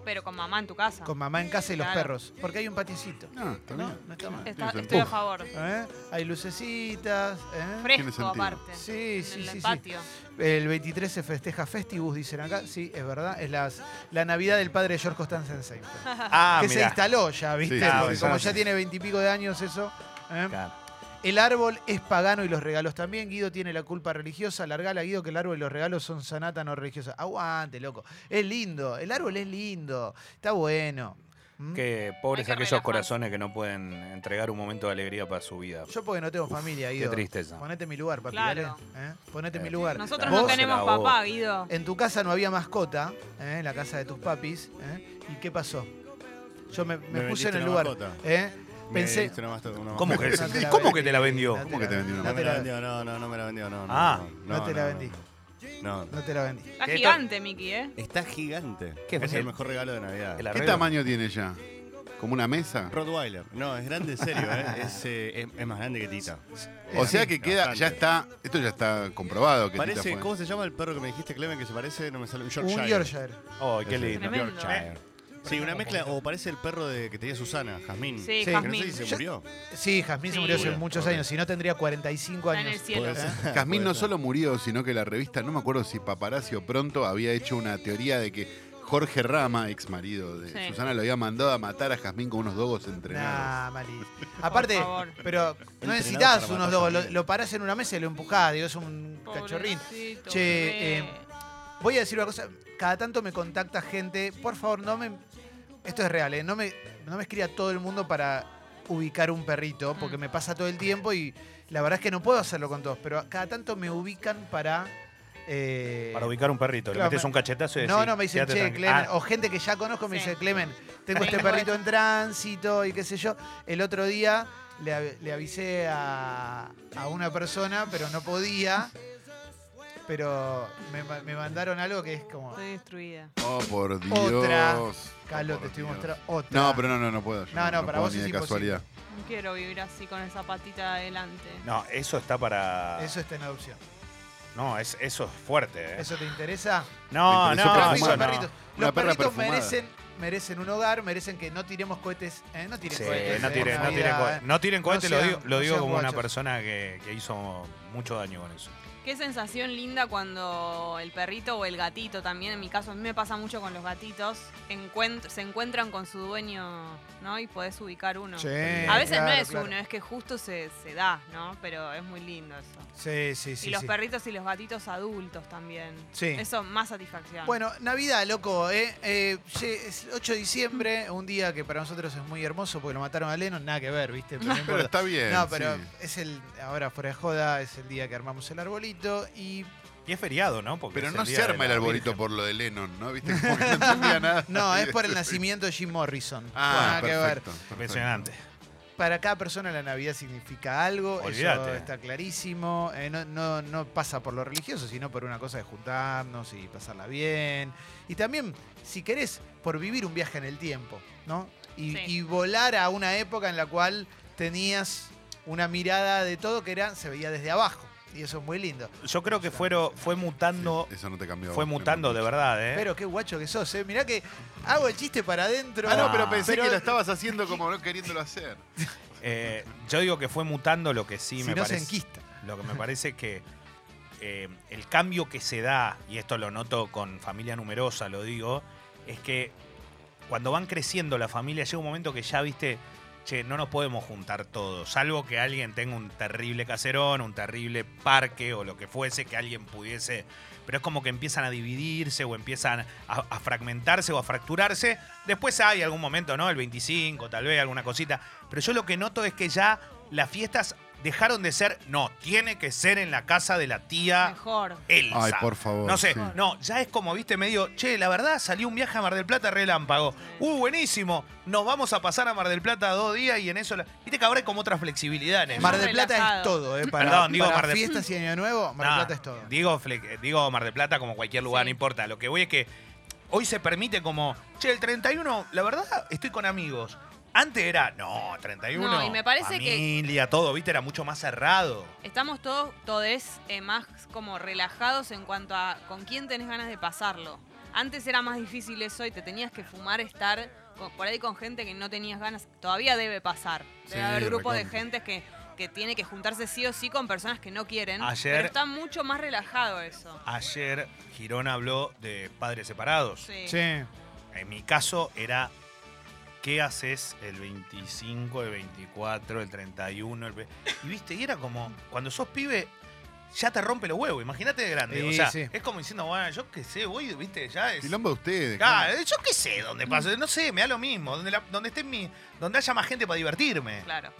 Speaker 2: Pero con mamá en tu casa.
Speaker 1: Con mamá en casa y los
Speaker 2: Claro.
Speaker 1: perros. Porque hay un patiecito.
Speaker 5: No, está
Speaker 1: No,
Speaker 5: bien.
Speaker 1: no está mal.
Speaker 2: Está-
Speaker 5: Tiene
Speaker 2: estoy a
Speaker 5: sentido.
Speaker 2: favor.
Speaker 1: ¿Eh? Hay lucecitas. ¿eh?
Speaker 2: Fresco,
Speaker 5: sentido.
Speaker 2: aparte.
Speaker 1: Sí, sí,
Speaker 2: en el
Speaker 1: sí, sí.
Speaker 2: patio.
Speaker 1: El 23 se festeja Festibus, dicen acá. Sí, es verdad. Es las, la Navidad del padre de George Costanza en Seinfeld.
Speaker 3: Ah,
Speaker 1: que se
Speaker 3: mirá.
Speaker 1: instaló ya, ¿viste?
Speaker 5: Sí, sí,
Speaker 1: Porque
Speaker 3: sí,
Speaker 1: como
Speaker 3: sí.
Speaker 1: ya tiene veintipico de años eso. ¿eh?
Speaker 3: Claro.
Speaker 1: El árbol es pagano y los regalos también. Guido tiene la culpa religiosa. Largala, Guido, que el árbol y los regalos son sanata no religiosa. Aguante, loco. Es lindo. El árbol es lindo. Está bueno.
Speaker 3: Que pobres
Speaker 2: que
Speaker 3: aquellos
Speaker 2: relajarse.
Speaker 3: corazones que no pueden entregar un momento de alegría para su vida.
Speaker 1: Yo porque no tengo familia, Guido.
Speaker 3: tristeza.
Speaker 1: Ponete en mi lugar, papi.
Speaker 2: Claro.
Speaker 1: dale, ¿eh? Ponete en mi
Speaker 3: Eh,
Speaker 1: lugar.
Speaker 2: Nosotros
Speaker 1: Vos,
Speaker 2: no tenemos
Speaker 3: Será vos.
Speaker 2: papá, Guido.
Speaker 1: En tu casa no había mascota, ¿eh? en la casa de tus papis. ¿eh? ¿Y qué pasó? Yo me, me
Speaker 7: Me
Speaker 1: puse
Speaker 7: vendiste
Speaker 1: en el
Speaker 7: una
Speaker 1: lugar.
Speaker 7: mascota.
Speaker 1: ¿eh? Pensé.
Speaker 3: ¿Cómo que,
Speaker 1: No te la
Speaker 3: ¿cómo
Speaker 1: vendí.
Speaker 3: que te la vendió?
Speaker 1: No
Speaker 5: ¿Cómo que te vendió una
Speaker 1: No
Speaker 7: No me la
Speaker 1: la-
Speaker 7: vendió, no, no, no me la vendió, no. no,
Speaker 3: Ah.
Speaker 1: No, te la vendí.
Speaker 7: No. no.
Speaker 1: No te la vendí.
Speaker 2: Está
Speaker 3: ¿Qué to-
Speaker 2: gigante, Mickey, ¿eh?
Speaker 7: Está gigante.
Speaker 3: ¿Qué
Speaker 7: es
Speaker 3: fue?
Speaker 7: el mejor regalo de Navidad.
Speaker 3: El
Speaker 5: ¿Qué
Speaker 3: arreglo.
Speaker 5: tamaño tiene ya? ¿Como una mesa?
Speaker 7: Rottweiler. No, es grande en serio, ¿eh? es, eh, es, es más grande que Tita.
Speaker 5: O sea que queda, ya está, esto ya está comprobado que Tita
Speaker 7: Parece,
Speaker 5: fue.
Speaker 7: ¿cómo se llama el perro que me dijiste, Clemen, que se parece? No me sale. Un
Speaker 1: Un
Speaker 7: Yorkshire.
Speaker 1: Yorkshire.
Speaker 3: Oh, qué
Speaker 7: Ese.
Speaker 3: lindo.
Speaker 2: Tremendo.
Speaker 7: Yorkshire. Sí, una mezcla, o parece el perro de, que tenía Susana, Jazmín.
Speaker 2: Sí,
Speaker 1: Sí,
Speaker 7: Que No sé
Speaker 2: Jazmín.
Speaker 7: si se
Speaker 1: Yo-
Speaker 7: murió.
Speaker 1: Sí, Jazmín se
Speaker 2: Sí.
Speaker 1: murió hace
Speaker 7: Murió,
Speaker 1: muchos
Speaker 7: ok.
Speaker 1: años. Si no, tendría 45
Speaker 2: Está en el
Speaker 1: años.
Speaker 2: cielo.
Speaker 5: Jazmín
Speaker 7: Puede
Speaker 5: no
Speaker 7: ser.
Speaker 5: solo murió, sino que la revista, no me acuerdo si Paparazzi o Pronto, había hecho una teoría de que Jorge Rama, ex marido de
Speaker 2: Sí.
Speaker 5: Susana, lo había mandado a matar a Jazmín con unos dogos entrenados.
Speaker 1: Nah, malísimo. Aparte,
Speaker 2: favor.
Speaker 1: pero no
Speaker 7: Entrenado
Speaker 1: necesitas
Speaker 7: para
Speaker 1: unos
Speaker 7: matar
Speaker 1: dogos. Lo,
Speaker 7: Jazmín.
Speaker 1: lo parás en una mesa y lo empujás. Digo, es un cachorrín. Che, eh, Voy a decir una cosa. Cada tanto me contacta gente. Por favor, no me. Esto es real, ¿eh? No me, no me escriba todo el mundo para ubicar un perrito, porque
Speaker 2: Mm.
Speaker 1: me pasa todo el tiempo y la verdad es que no puedo hacerlo con todos, pero cada tanto me ubican para. eh,
Speaker 3: Para ubicar un perrito.
Speaker 1: Claro,
Speaker 3: le metes
Speaker 1: me-
Speaker 3: un cachetazo y decís,
Speaker 1: No, no, me dicen,
Speaker 3: "Quédate
Speaker 1: che,
Speaker 3: tranqui-".
Speaker 1: Clemen.
Speaker 3: Ah,
Speaker 1: O gente que ya conozco me
Speaker 2: Sí.
Speaker 1: dice, Clemen, tengo
Speaker 2: Sí,
Speaker 1: este
Speaker 2: me acuerdo.
Speaker 1: perrito en tránsito y qué sé yo. El otro día le, av- le avisé a, a una persona, pero no podía. Pero me, ma- me mandaron algo que es como.
Speaker 2: Estoy destruida.
Speaker 5: Oh, por Dios.
Speaker 1: Otra.
Speaker 5: Oh,
Speaker 1: Carlos,
Speaker 5: por
Speaker 1: te estoy
Speaker 5: Dios.
Speaker 1: mostrando otra.
Speaker 5: No, pero no, no, no puedo. yo
Speaker 1: No, no, para
Speaker 5: puedo
Speaker 1: vos
Speaker 5: ni
Speaker 1: es
Speaker 5: de
Speaker 1: imposible.
Speaker 5: casualidad.
Speaker 2: No quiero vivir así con esa patita adelante.
Speaker 3: No, eso está para.
Speaker 1: Eso está en adopción.
Speaker 3: No, es, eso es fuerte, ¿eh?
Speaker 1: ¿Eso te interesa?
Speaker 3: No,
Speaker 5: Me
Speaker 3: no,
Speaker 1: Los
Speaker 5: interesó perfumada.
Speaker 3: eso
Speaker 1: mismos
Speaker 3: no.
Speaker 1: perritos.
Speaker 5: Una
Speaker 1: Los
Speaker 5: perra
Speaker 1: perritos
Speaker 5: perfumada.
Speaker 1: merecen, merecen un hogar, merecen que no tiremos cohetes. eh, no tiren
Speaker 3: Sí,
Speaker 1: cohetes.
Speaker 3: no
Speaker 1: en
Speaker 3: tiren, no tiren
Speaker 1: Navidad,
Speaker 3: cohete.
Speaker 1: eh.
Speaker 3: No tiren cohete,
Speaker 1: sean-
Speaker 3: lo digo, lo
Speaker 1: no
Speaker 3: digo
Speaker 1: sean
Speaker 3: como una
Speaker 1: guachos.
Speaker 3: persona que, que hizo mucho daño con eso.
Speaker 2: Qué sensación linda cuando el perrito o el gatito también, en mi caso, a mí me pasa mucho con los gatitos, encuent- se encuentran con su dueño, ¿no? Y podés ubicar uno.
Speaker 1: Sí,
Speaker 2: a veces no
Speaker 1: Eh, claro,
Speaker 2: es
Speaker 1: claro.
Speaker 2: uno, es que justo se, se da, ¿no? Pero es muy lindo eso.
Speaker 1: Sí, sí, sí.
Speaker 2: y los
Speaker 1: sí.
Speaker 2: perritos y los gatitos adultos también.
Speaker 1: Sí.
Speaker 2: Eso, más satisfacción.
Speaker 1: Bueno, Navidad, loco, ¿eh? Eh, che, es 8 de diciembre, un día que para nosotros es muy hermoso porque lo mataron a Lennon, nada que ver, ¿viste? Pero, no
Speaker 5: *laughs* Pero
Speaker 1: importa.
Speaker 5: está bien.
Speaker 1: No, pero
Speaker 5: sí.
Speaker 1: es el, ahora fuera de joda, es el día que armamos el arbolito
Speaker 5: *laughs*
Speaker 1: y...
Speaker 3: Y es feriado, ¿no? Porque
Speaker 5: Pero
Speaker 3: es
Speaker 5: no
Speaker 3: el día
Speaker 5: se
Speaker 3: de
Speaker 5: arma
Speaker 3: la
Speaker 5: el arbolito
Speaker 3: Virgen.
Speaker 5: por lo de Lennon, ¿no?
Speaker 1: *laughs*
Speaker 5: ¿Viste? Como que no entendía nada.
Speaker 1: No, es por el nacimiento de Jim Morrison.
Speaker 5: Ah,
Speaker 1: nada que
Speaker 5: perfecto.
Speaker 1: ver.
Speaker 5: perfecto.
Speaker 3: Impresionante.
Speaker 1: Para cada persona la Navidad significa algo, eso
Speaker 3: Olvídate.
Speaker 1: está clarísimo. Eh, no, no, no pasa por lo religioso, sino por una cosa de juntarnos y pasarla bien. Y también, si querés, por vivir un viaje en el tiempo, ¿no? Y,
Speaker 2: Sí.
Speaker 1: y volar a una época en la cual tenías una mirada de todo que era, se veía desde abajo. Y eso es muy lindo.
Speaker 3: Yo creo que fueron, fue mutando,
Speaker 5: Sí, eso no te cambió.
Speaker 3: fue mutando de verdad, ¿eh?
Speaker 1: Pero qué guacho que sos, ¿eh? Mirá que hago el chiste para adentro.
Speaker 5: Ah, no, pero
Speaker 3: Ah.
Speaker 5: pensé
Speaker 1: Pero-
Speaker 5: que lo estabas haciendo como no queriéndolo hacer.
Speaker 3: Eh, yo digo que fue mutando lo que sí
Speaker 1: Si
Speaker 3: me
Speaker 1: no se
Speaker 3: parece.
Speaker 1: enquista.
Speaker 3: Lo que me parece es que eh, el cambio que se da, y esto lo noto con familia numerosa, lo digo, es que cuando van creciendo la familia llega un momento que ya, viste, che, no nos podemos juntar todos, salvo que alguien tenga un terrible caserón, un terrible parque o lo que fuese, que alguien pudiese... Pero es como que empiezan a dividirse o empiezan a, a fragmentarse o a fracturarse. Después hay algún momento, ¿no? El 25, tal vez, alguna cosita. Pero yo lo que noto es que ya las fiestas dejaron de ser, no, tiene que ser en la casa de la
Speaker 1: ah.
Speaker 3: tía
Speaker 2: Mejor.
Speaker 3: Elsa.
Speaker 5: Ay, por favor.
Speaker 3: No sé,
Speaker 5: sí.
Speaker 3: no, ya es como, viste, medio, che, la verdad salió un viaje a Mar del Plata relámpago. Uh, buenísimo. Nos vamos a pasar a Mar del Plata dos días y en eso. la- Viste que ahora hay como otra flexibilidad en eso.
Speaker 1: Mar del Plata es
Speaker 2: relajado.
Speaker 1: todo, ¿eh? Para,
Speaker 3: Perdón, digo
Speaker 1: para
Speaker 3: Mar del-
Speaker 1: fiestas y Año Nuevo, Mar del
Speaker 3: Nah,
Speaker 1: Plata es todo.
Speaker 3: Digo, fle- digo Mar del Plata como cualquier
Speaker 2: Sí.
Speaker 3: lugar, no importa. Lo que voy es que hoy se permite como, che, el 31, la verdad, estoy con amigos. Antes era, no, 31.
Speaker 2: No, y me parece que-
Speaker 3: familia, todo, viste, era mucho más cerrado.
Speaker 2: Estamos todos, todes eh, más como relajados en cuanto a con quién tenés ganas de pasarlo. Antes era más difícil eso y te tenías que fumar estar co- por ahí con gente que no tenías ganas. Todavía debe pasar. Debe
Speaker 5: Sí,
Speaker 2: haber grupos de
Speaker 5: recontra.
Speaker 2: gente que, que tiene que juntarse sí o sí con personas que no quieren.
Speaker 3: Ayer-
Speaker 2: Pero está mucho más relajado eso.
Speaker 3: Ayer Girón habló de padres separados.
Speaker 2: Sí.
Speaker 1: Sí.
Speaker 3: En mi caso era, ¿qué haces el 25, el 24, el 31? el ve- Y viste, y era como, cuando sos pibe, ya te rompe los huevos. Imagínate de grande. o
Speaker 1: Sí,
Speaker 3: sea,
Speaker 1: sí.
Speaker 3: es como diciendo, bueno, yo qué sé, voy, viste, ya es.
Speaker 5: Quilombo de ustedes.
Speaker 3: Claro, yo qué sé dónde paso. No sé, me da lo mismo. Donde, la- donde, esté mi, donde haya más gente para divertirme.
Speaker 2: Claro.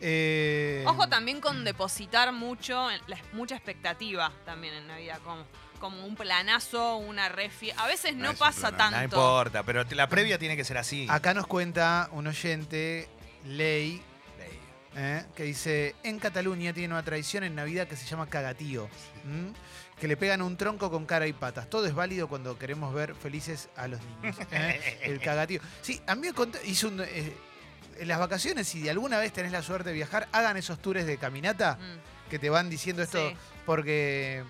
Speaker 1: Eh,
Speaker 2: Ojo también con depositar mucho, en- la- mucha expectativa también en la vida, como, como un planazo, una refi. A veces
Speaker 5: Ah,
Speaker 2: no
Speaker 5: es un
Speaker 2: pasa
Speaker 5: planazo.
Speaker 3: No
Speaker 2: tanto.
Speaker 3: importa, pero te- la previa tiene que ser así.
Speaker 1: Acá nos cuenta un oyente, Ley, ¿eh? que dice, en Cataluña tiene una tradición en Navidad que se llama cagatío, ¿m? que le pegan un tronco con cara y patas. Todo es válido cuando queremos ver felices a los niños.
Speaker 2: *laughs*
Speaker 1: ¿eh? El cagatío. Sí, a mí me contó, hizo un... eh, en las vacaciones, si de alguna vez tenés la suerte de viajar, hagan esos tours de caminata
Speaker 2: Mm,
Speaker 1: que te van diciendo esto,
Speaker 2: sí.
Speaker 1: porque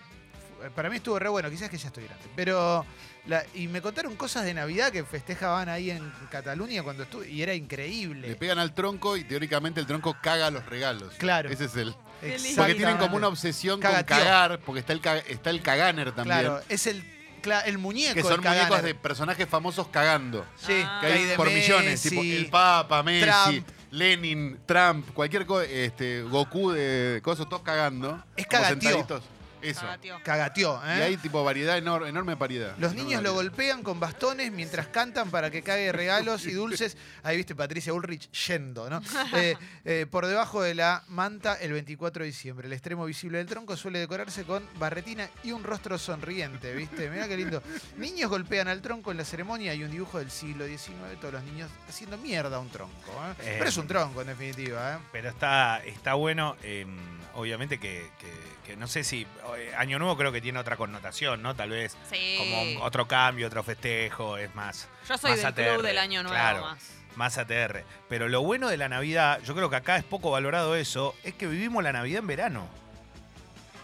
Speaker 1: fu- para mí estuvo re bueno, quizás que ya estoy grande. Pero, la- y me contaron cosas de Navidad que festejaban ahí en Cataluña cuando estuve, y era
Speaker 5: Le
Speaker 1: increíble.
Speaker 5: pegan al tronco y teóricamente el tronco caga los regalos.
Speaker 1: Claro.
Speaker 5: Ese es el.
Speaker 2: Qué lindo.
Speaker 5: Porque tienen
Speaker 1: Exactamente.
Speaker 5: como una obsesión
Speaker 1: Caga, tío.
Speaker 5: con cagar, porque está el, ca- está el caganer también.
Speaker 1: Claro, es el, cla- el muñeco. *laughs*
Speaker 5: que son
Speaker 1: el caganer.
Speaker 5: muñecos de personajes famosos cagando.
Speaker 1: Sí,
Speaker 2: Ah.
Speaker 5: Que hay
Speaker 1: de
Speaker 5: por millones,
Speaker 1: Messi,
Speaker 5: tipo el Papa, Messi,
Speaker 1: Trump.
Speaker 5: Lenin, Trump, cualquier cosa, este, Goku de cosas, todos cagando.
Speaker 1: Es
Speaker 5: como
Speaker 1: cagatío.
Speaker 5: sentaditos. Eso.
Speaker 2: Cagatío.
Speaker 1: Cagateó,
Speaker 5: Y
Speaker 1: ¿eh?
Speaker 5: hay tipo variedad, enor- enorme variedad.
Speaker 1: Los
Speaker 5: Enorme
Speaker 1: niños lo
Speaker 5: variedad.
Speaker 1: golpean con bastones mientras cantan para que cague regalos y dulces. Ahí viste Patricia Ulrich yendo, ¿no? Eh, eh, por debajo de la manta el 24 de diciembre. El extremo visible del tronco suele decorarse con barretina y un rostro sonriente, ¿viste? Mirá qué lindo. Niños golpean al tronco en la ceremonia y un dibujo del siglo XIX. Todos los niños haciendo mierda a un tronco. ¿eh?
Speaker 3: Eh.
Speaker 1: Pero es un tronco, en definitiva, ¿eh?
Speaker 3: Pero está, está bueno, eh, obviamente que, que- que no sé si. eh, Año Nuevo creo que tiene otra connotación, ¿no? Tal vez
Speaker 2: Sí.
Speaker 3: como otro cambio, otro festejo, es más,
Speaker 2: Yo soy
Speaker 3: más
Speaker 2: del
Speaker 3: ATR,
Speaker 2: club del año nuevo
Speaker 3: claro.
Speaker 2: más.
Speaker 3: más ATR. Pero lo bueno de la Navidad, yo creo que acá es poco valorado eso, es que vivimos la Navidad en verano.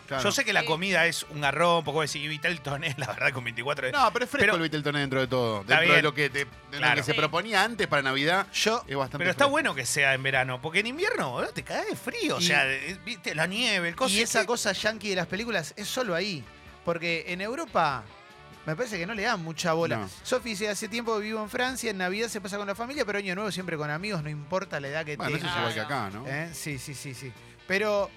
Speaker 5: Claro.
Speaker 3: Yo sé que la
Speaker 2: Sí.
Speaker 3: comida es un garrón, poco decir, evita el toné, *laughs* la verdad, con 24 de...
Speaker 5: No, pero es fresco
Speaker 3: Pero-
Speaker 5: el Beatleton dentro de todo.
Speaker 3: Está
Speaker 5: Dentro de
Speaker 3: bien.
Speaker 5: lo que, te- de lo
Speaker 3: Claro.
Speaker 5: que se
Speaker 2: Sí.
Speaker 5: proponía antes para Navidad,
Speaker 1: Yo
Speaker 5: es bastante
Speaker 3: Pero está
Speaker 5: fresco.
Speaker 3: bueno que sea en verano, porque en invierno boludo, te caes de frío, o
Speaker 1: Y-
Speaker 3: sea, eh, viste, la nieve, el coso.
Speaker 1: Y esa
Speaker 3: ¿qué?
Speaker 1: cosa yankee de las películas es solo ahí. Porque en Europa me parece que no le dan mucha bola.
Speaker 5: No.
Speaker 1: Sofi dice, hace tiempo que vivo en Francia, en Navidad se pasa con la familia, pero año nuevo siempre con amigos, no importa la edad que
Speaker 5: Bueno, eso es
Speaker 1: tengas.
Speaker 5: igual que acá, ¿no?
Speaker 1: este ¿Eh? Sí, sí, sí, sí. Pero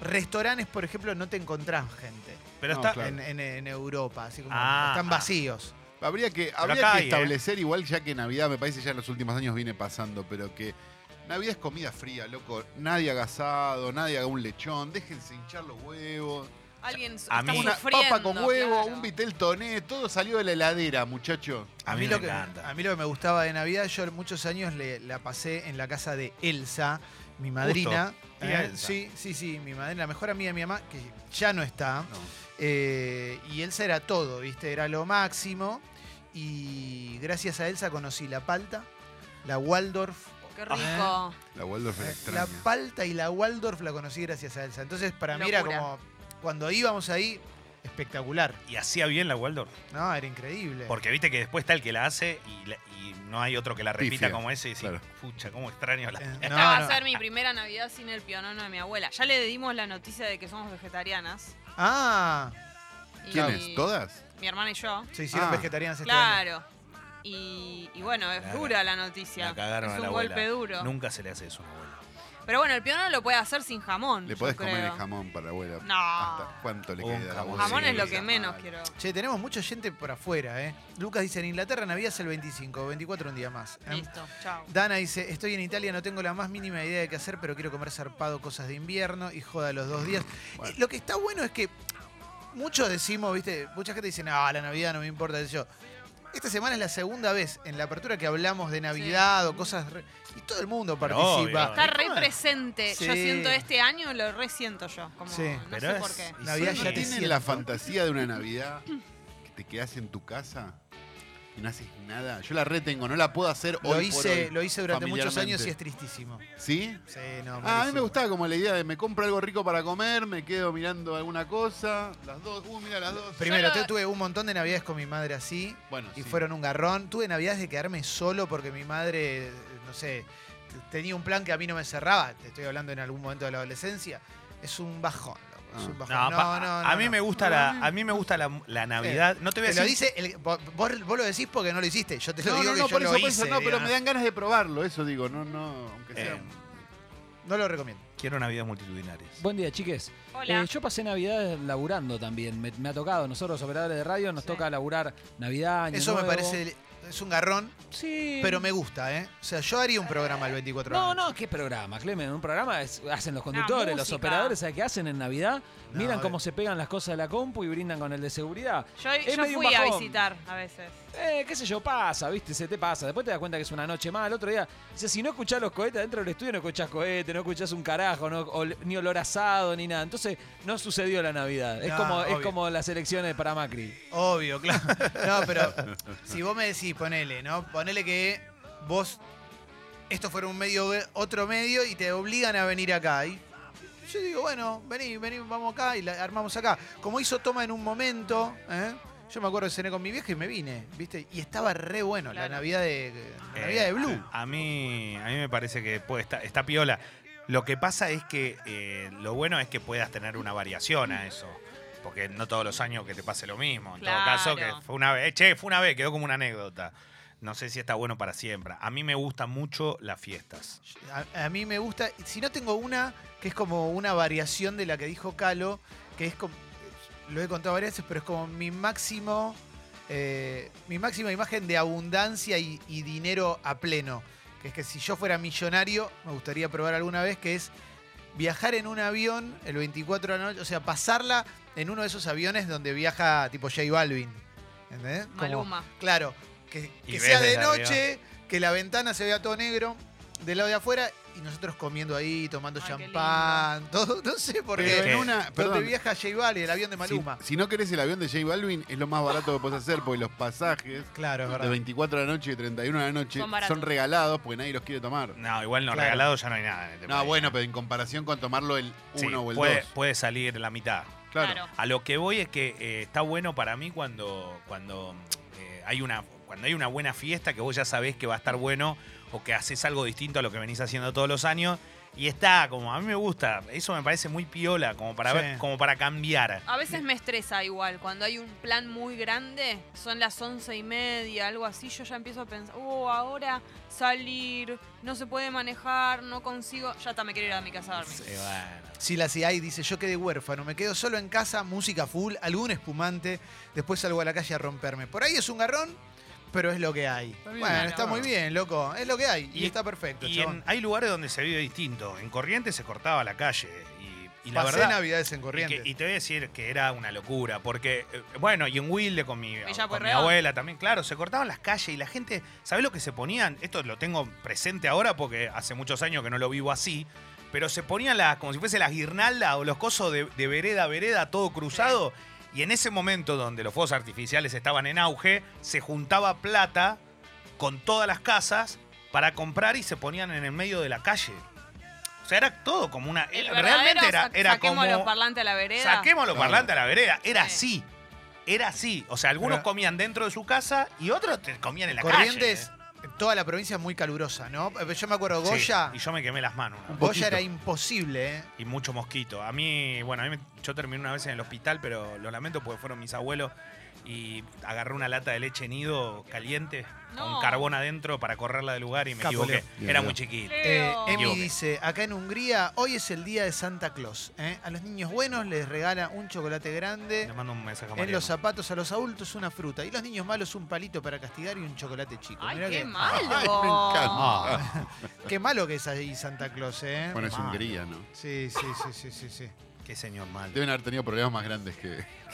Speaker 1: restaurantes, por ejemplo, no te encontrás gente
Speaker 3: Pero
Speaker 5: No,
Speaker 3: está...
Speaker 5: claro.
Speaker 1: en, en- en Europa. Así como
Speaker 3: Ah,
Speaker 1: están
Speaker 3: ah.
Speaker 1: vacíos.
Speaker 5: Habría que, habría
Speaker 3: acá
Speaker 5: que
Speaker 3: hay, ¿eh?
Speaker 5: establecer, igual ya que Navidad, me parece ya en los últimos años viene pasando, pero que Navidad es comida fría, loco. Nadie haga asado, nadie haga un lechón, déjense hinchar los huevos.
Speaker 2: Alguien su-
Speaker 3: A
Speaker 2: está
Speaker 3: mí-
Speaker 5: Una
Speaker 2: sufriendo,
Speaker 5: papa con huevo,
Speaker 2: claro.
Speaker 5: un vitel toné, todo salió de la heladera, muchacho.
Speaker 3: A mí
Speaker 1: lo
Speaker 3: me
Speaker 1: que,
Speaker 3: encanta.
Speaker 1: a mí lo que me gustaba de Navidad, yo muchos años le- la pasé en la casa de Elsa, mi madrina. ¿eh?
Speaker 3: Tía Elsa.
Speaker 1: Sí, sí, sí, mi madrina, la mejor amiga de mi mamá, que ya no está. Eh, y Elsa era todo, ¿viste? Era lo máximo. Y gracias a Elsa conocí la palta, la Waldorf.
Speaker 2: Qué rico.
Speaker 5: La Waldorf era
Speaker 1: La
Speaker 5: extraña.
Speaker 1: palta y la Waldorf la conocí gracias a Elsa. Entonces, para mí era
Speaker 2: Locura.
Speaker 1: como. Cuando íbamos ahí, espectacular,
Speaker 3: Y hacía bien la Waldorf.
Speaker 1: ¿no? Era increíble.
Speaker 3: Porque viste que después está el que la hace y, la- y no hay otro que la repita
Speaker 5: Pifia,
Speaker 3: como ese y decís,
Speaker 5: claro.
Speaker 3: pucha, cómo extraño la...
Speaker 1: Eh,
Speaker 3: *laughs*
Speaker 2: Esta
Speaker 1: no,
Speaker 2: va
Speaker 1: no.
Speaker 2: a ser mi primera Navidad sin el pionono de mi abuela. Ya le dimos la noticia de que somos vegetarianas.
Speaker 1: Ah,
Speaker 2: y-
Speaker 5: ¿Quiénes? ¿Todas?
Speaker 2: Mi hermana y yo.
Speaker 1: se hicieron
Speaker 5: Ah,
Speaker 1: vegetarianas este año.
Speaker 2: Claro. Y, y bueno, es
Speaker 3: La-
Speaker 2: dura la noticia.
Speaker 3: La cagaron
Speaker 2: es
Speaker 3: a
Speaker 2: un
Speaker 3: la abuela.
Speaker 2: golpe duro.
Speaker 3: Nunca se le hace eso a una abuela.
Speaker 2: Pero bueno, el pionono lo puede hacer sin jamón.
Speaker 5: Le
Speaker 2: yo
Speaker 5: podés comer
Speaker 2: creo.
Speaker 5: el jamón para la abuela.
Speaker 2: No.
Speaker 5: Hasta ¿Cuánto le
Speaker 3: Un
Speaker 5: queda a la
Speaker 3: jamón.
Speaker 5: abuela?
Speaker 2: Jamón
Speaker 3: Sí,
Speaker 2: es lo que
Speaker 5: está
Speaker 2: menos
Speaker 5: mal.
Speaker 2: quiero.
Speaker 1: Che, tenemos mucha gente por afuera, ¿eh? Lucas dice, en Inglaterra Navidad es el 25, 24 un día más. ¿eh?
Speaker 2: Listo, chao.
Speaker 5: Em.
Speaker 1: Dana dice, estoy en Italia, no tengo la más mínima idea de qué hacer, pero quiero comer zarpado cosas de invierno y joda los dos días.
Speaker 5: Bueno.
Speaker 1: Eh, Lo que está bueno es que muchos decimos, viste, mucha gente dice, no, la Navidad no me importa, qué sé yo. Esta semana es la segunda vez en la apertura que hablamos de Navidad o cosas... re- Y todo el mundo
Speaker 3: Pero
Speaker 1: participa.
Speaker 3: obvio.
Speaker 2: Está re presente. Yo
Speaker 1: Sí.
Speaker 2: siento este año, lo resiento yo. Como,
Speaker 1: Sí.
Speaker 2: no
Speaker 3: Pero
Speaker 2: sé
Speaker 3: es-
Speaker 2: por qué.
Speaker 9: Eh,
Speaker 3: y
Speaker 1: Navidad
Speaker 3: sí,
Speaker 5: ¿No
Speaker 1: ya te
Speaker 5: tienen
Speaker 1: siento.
Speaker 5: la fantasía de una Navidad que te quedás en tu casa y no haces nada? Yo la retengo, no la puedo hacer
Speaker 1: Lo
Speaker 5: hoy por
Speaker 1: hice,
Speaker 5: hoy,
Speaker 1: lo hice durante muchos años y es
Speaker 5: familiarmente.
Speaker 1: tristísimo.
Speaker 5: ¿Sí?
Speaker 1: Sí, no,
Speaker 5: Ah, a mí me
Speaker 1: malísimo.
Speaker 5: gustaba como la idea de me compro algo rico para comer, me quedo mirando alguna cosa, las dos, uh, mira las dos.
Speaker 1: Primero,
Speaker 2: Yo lo-
Speaker 1: te- tuve un montón de navidades con mi madre así
Speaker 5: Bueno,
Speaker 1: y
Speaker 5: sí.
Speaker 1: fueron un garrón. Tuve navidades de quedarme solo porque mi madre, eh, no sé, t- tenía un plan que a mí no me cerraba. Te estoy hablando en algún momento de la adolescencia. Es un bajón, loco, Es
Speaker 5: Ah.
Speaker 1: un bajón.
Speaker 3: No,
Speaker 1: No,
Speaker 3: pa-
Speaker 1: no,
Speaker 3: a
Speaker 1: no,
Speaker 3: mí
Speaker 1: no.
Speaker 3: me gusta la, a mí me gusta la, la Navidad. No te voy a
Speaker 1: Te lo
Speaker 3: decir.
Speaker 1: dice, el- vos, vos- vos lo decís porque no lo hiciste. Yo te lo
Speaker 5: No,
Speaker 1: digo
Speaker 5: no,
Speaker 1: que
Speaker 5: no,
Speaker 1: yo
Speaker 5: por
Speaker 1: lo
Speaker 5: eso, por
Speaker 1: hice,
Speaker 5: eso no, pero
Speaker 1: digamos.
Speaker 5: me dan ganas de probarlo, eso digo, no, no, aunque sea.
Speaker 3: Eh,
Speaker 1: No lo recomiendo.
Speaker 3: Quiero Navidades multitudinarias.
Speaker 9: Buen día, chiques.
Speaker 2: Hola. Ah,
Speaker 9: Eh, yo pasé Navidad laburando también. Me, me ha tocado, nosotros operadores de radio, nos
Speaker 2: Sí.
Speaker 9: toca laburar Navidad, Año
Speaker 1: Eso me
Speaker 9: Nuevo.
Speaker 1: parece. Es un garrón,
Speaker 9: Sí.
Speaker 1: pero me gusta, ¿eh? O sea, yo haría un programa al 24
Speaker 9: No,
Speaker 1: horas.
Speaker 9: no, ¿qué programa, Clemen? Un programa es- hacen los conductores, los
Speaker 2: música.
Speaker 9: operadores, eh, ¿sabes qué hacen en Navidad?
Speaker 1: No,
Speaker 9: Miran
Speaker 1: eh.
Speaker 9: cómo se pegan las cosas de la compu y brindan con el de seguridad.
Speaker 2: Yo,
Speaker 9: Es
Speaker 2: yo
Speaker 9: medio un
Speaker 2: fui a
Speaker 9: bajón.
Speaker 2: visitar a veces.
Speaker 9: Eh, qué sé yo, pasa, viste, se te pasa. Después te das cuenta que es una noche más. El otro día, dice, si no escuchás los cohetes dentro del estudio, no escuchás cohetes, no escuchás un carajo, no, ol- ni olor asado, ni nada. Entonces, no sucedió la Navidad. Es,
Speaker 1: No,
Speaker 9: como, es
Speaker 1: obvio.
Speaker 9: como las elecciones para Macri.
Speaker 1: Obvio, claro. No, pero si vos me decís, ponele, ¿no? Ponele que vos. Esto fuera un medio, otro medio y te obligan a venir acá. Y yo digo, bueno, vení, vení, vamos acá y la armamos acá. Como hizo Toma en un momento, ¿eh? Yo me acuerdo que cené con mi vieja y me vine, ¿viste? Y estaba re bueno la
Speaker 2: Claro.
Speaker 1: Navidad de,
Speaker 3: Eh,
Speaker 1: la Navidad de Blue.
Speaker 3: A mí, a mí me parece que puede estar, está piola. Lo que pasa es que eh, lo bueno es que puedas tener una variación a eso. Porque no todos los años que te pase lo mismo. En todo
Speaker 2: Claro.
Speaker 3: caso, que fue una vez. eh, Che, fue una vez, quedó como una anécdota. No sé si está bueno para siempre. A mí me gustan mucho las fiestas.
Speaker 1: A, a mí me gusta, si no tengo una, que es como una variación de la que dijo Calo, que es como, lo he contado varias veces, pero es como mi máximo, eh, mi máxima imagen de abundancia y, y dinero a pleno. Que es que si yo fuera millonario, me gustaría probar alguna vez, que es viajar en un avión el 24 de la noche, o sea, pasarla en uno de esos aviones donde viaja tipo J Balvin. ¿Entendés? Como-
Speaker 2: Maluma.
Speaker 1: Claro, que, que
Speaker 3: Y ves
Speaker 1: sea de
Speaker 3: desde
Speaker 1: noche, que la ventana se vea todo negro del lado de afuera y nosotros comiendo ahí, tomando
Speaker 2: Ay, qué
Speaker 1: champán, todo, no sé por
Speaker 5: Pero
Speaker 1: qué.
Speaker 5: en
Speaker 3: Sí.
Speaker 5: una.
Speaker 1: Donde
Speaker 5: Perdón,
Speaker 1: viaja J Balvin, el avión de
Speaker 5: si,
Speaker 1: Maluma.
Speaker 5: si no querés el avión de J Balvin, es lo más barato que podés hacer, porque los pasajes
Speaker 1: Claro, es
Speaker 5: de
Speaker 1: verdad.
Speaker 5: 24 de la noche y 31 de la noche
Speaker 2: Son baratos.
Speaker 5: son regalados porque nadie los quiere tomar.
Speaker 3: No, igual no,
Speaker 1: Claro.
Speaker 3: regalado ya no hay nada. en este
Speaker 5: No,
Speaker 3: país.
Speaker 5: bueno, pero en comparación con tomarlo el 1
Speaker 3: Sí,
Speaker 5: o el 2.
Speaker 3: puede, puede salir la mitad.
Speaker 5: Claro.
Speaker 2: Claro.
Speaker 3: A lo que voy es que eh, está bueno para mí cuando, cuando, eh, hay una, cuando hay una buena fiesta que vos ya sabés que va a estar bueno o que haces algo distinto a lo que venís haciendo todos los años. Y está, como a mí me gusta, eso me parece muy piola, como para
Speaker 1: Sí.
Speaker 3: ver, como para cambiar.
Speaker 2: A veces me estresa igual, cuando hay un plan muy grande, son las once y media, algo así, yo ya empiezo a pensar, oh, ahora salir, no se puede manejar, no consigo, ya está, me quiero ir a mi casa a dormir.
Speaker 3: Sí, Eh, bueno.
Speaker 1: Si la CI dice, yo quedé huérfano, me quedo solo en casa, música full, algún espumante, después salgo a la calle a romperme. Por ahí es un garrón, pero es lo que hay.
Speaker 5: bien.
Speaker 1: bueno, está
Speaker 2: Claro.
Speaker 1: muy bien, loco. Es lo que hay y,
Speaker 3: Y-
Speaker 1: está perfecto,
Speaker 3: Y
Speaker 1: chabón.
Speaker 3: en- hay lugares donde se vive distinto. En Corrientes se cortaba la calle. Y, y la
Speaker 1: Pasé
Speaker 3: verdad.
Speaker 1: Navidades en
Speaker 3: Y, que-
Speaker 1: Corrientes.
Speaker 3: y te voy a decir que era una locura, porque, eh, bueno, y en Wilde con mi,
Speaker 2: Villa
Speaker 3: con mi
Speaker 2: Pueyrredón.
Speaker 3: abuela también, claro, se cortaban las calles y la gente, ¿sabés lo que se ponían? Esto lo tengo presente ahora porque hace muchos años que no lo vivo así, pero se ponían las, como si fuese las guirnaldas o los cosos de, de vereda a vereda, todo cruzado, y en ese momento donde los fuegos artificiales estaban en auge, se juntaba plata con todas las casas para comprar y se ponían en el medio de la calle. O sea, era todo como una...
Speaker 2: El
Speaker 3: era-
Speaker 2: verdadero
Speaker 3: Eh, realmente era,
Speaker 2: sa-
Speaker 3: era
Speaker 2: saquemos
Speaker 3: como...
Speaker 2: los parlantes a la vereda.
Speaker 3: Saquemos los
Speaker 5: Claro.
Speaker 3: parlantes a la vereda. Era
Speaker 2: Sí.
Speaker 3: así. Era así. O sea, algunos
Speaker 1: Pero-
Speaker 3: comían dentro de su casa y otros te comían en la
Speaker 1: Corrientes,
Speaker 3: calle. ¿eh?
Speaker 1: toda la provincia es muy calurosa, ¿no? Eh, Yo me acuerdo,
Speaker 3: Sí,
Speaker 1: Goya,
Speaker 3: Y yo me quemé las manos. una vez.
Speaker 1: Goya era imposible, ¿eh?
Speaker 3: Y mucho mosquito. A mí, bueno, a mí me- yo terminé una vez en el hospital, pero lo lamento porque fueron mis abuelos y agarré una lata de leche nido caliente
Speaker 2: No.
Speaker 3: con carbón adentro para correrla del lugar y me
Speaker 1: Capoleo.
Speaker 3: equivoqué.
Speaker 5: Bien,
Speaker 3: Era
Speaker 5: bien.
Speaker 3: muy chiquito.
Speaker 1: Eh,
Speaker 2: Leo.
Speaker 1: Emi
Speaker 3: Equivoqué.
Speaker 1: dice, acá en Hungría hoy es el día de Santa Claus. ¿eh? A los niños buenos les regala un chocolate grande,
Speaker 3: Le mando un mensaje a
Speaker 1: en
Speaker 3: Mariano.
Speaker 1: los zapatos a los adultos una fruta y los niños malos un palito para castigar y un chocolate chico.
Speaker 2: Ay,
Speaker 1: Mirá
Speaker 2: qué
Speaker 1: que-
Speaker 2: malo.
Speaker 5: Ay, me encanta.
Speaker 3: Ah,
Speaker 1: *laughs* qué malo que es ahí Santa Claus, ¿eh?
Speaker 5: Bueno, es
Speaker 3: Ah.
Speaker 5: Hungría, ¿no?
Speaker 1: Sí, sí, sí, sí, sí, sí.
Speaker 3: qué señor mal.
Speaker 5: Deben haber tenido problemas más grandes que,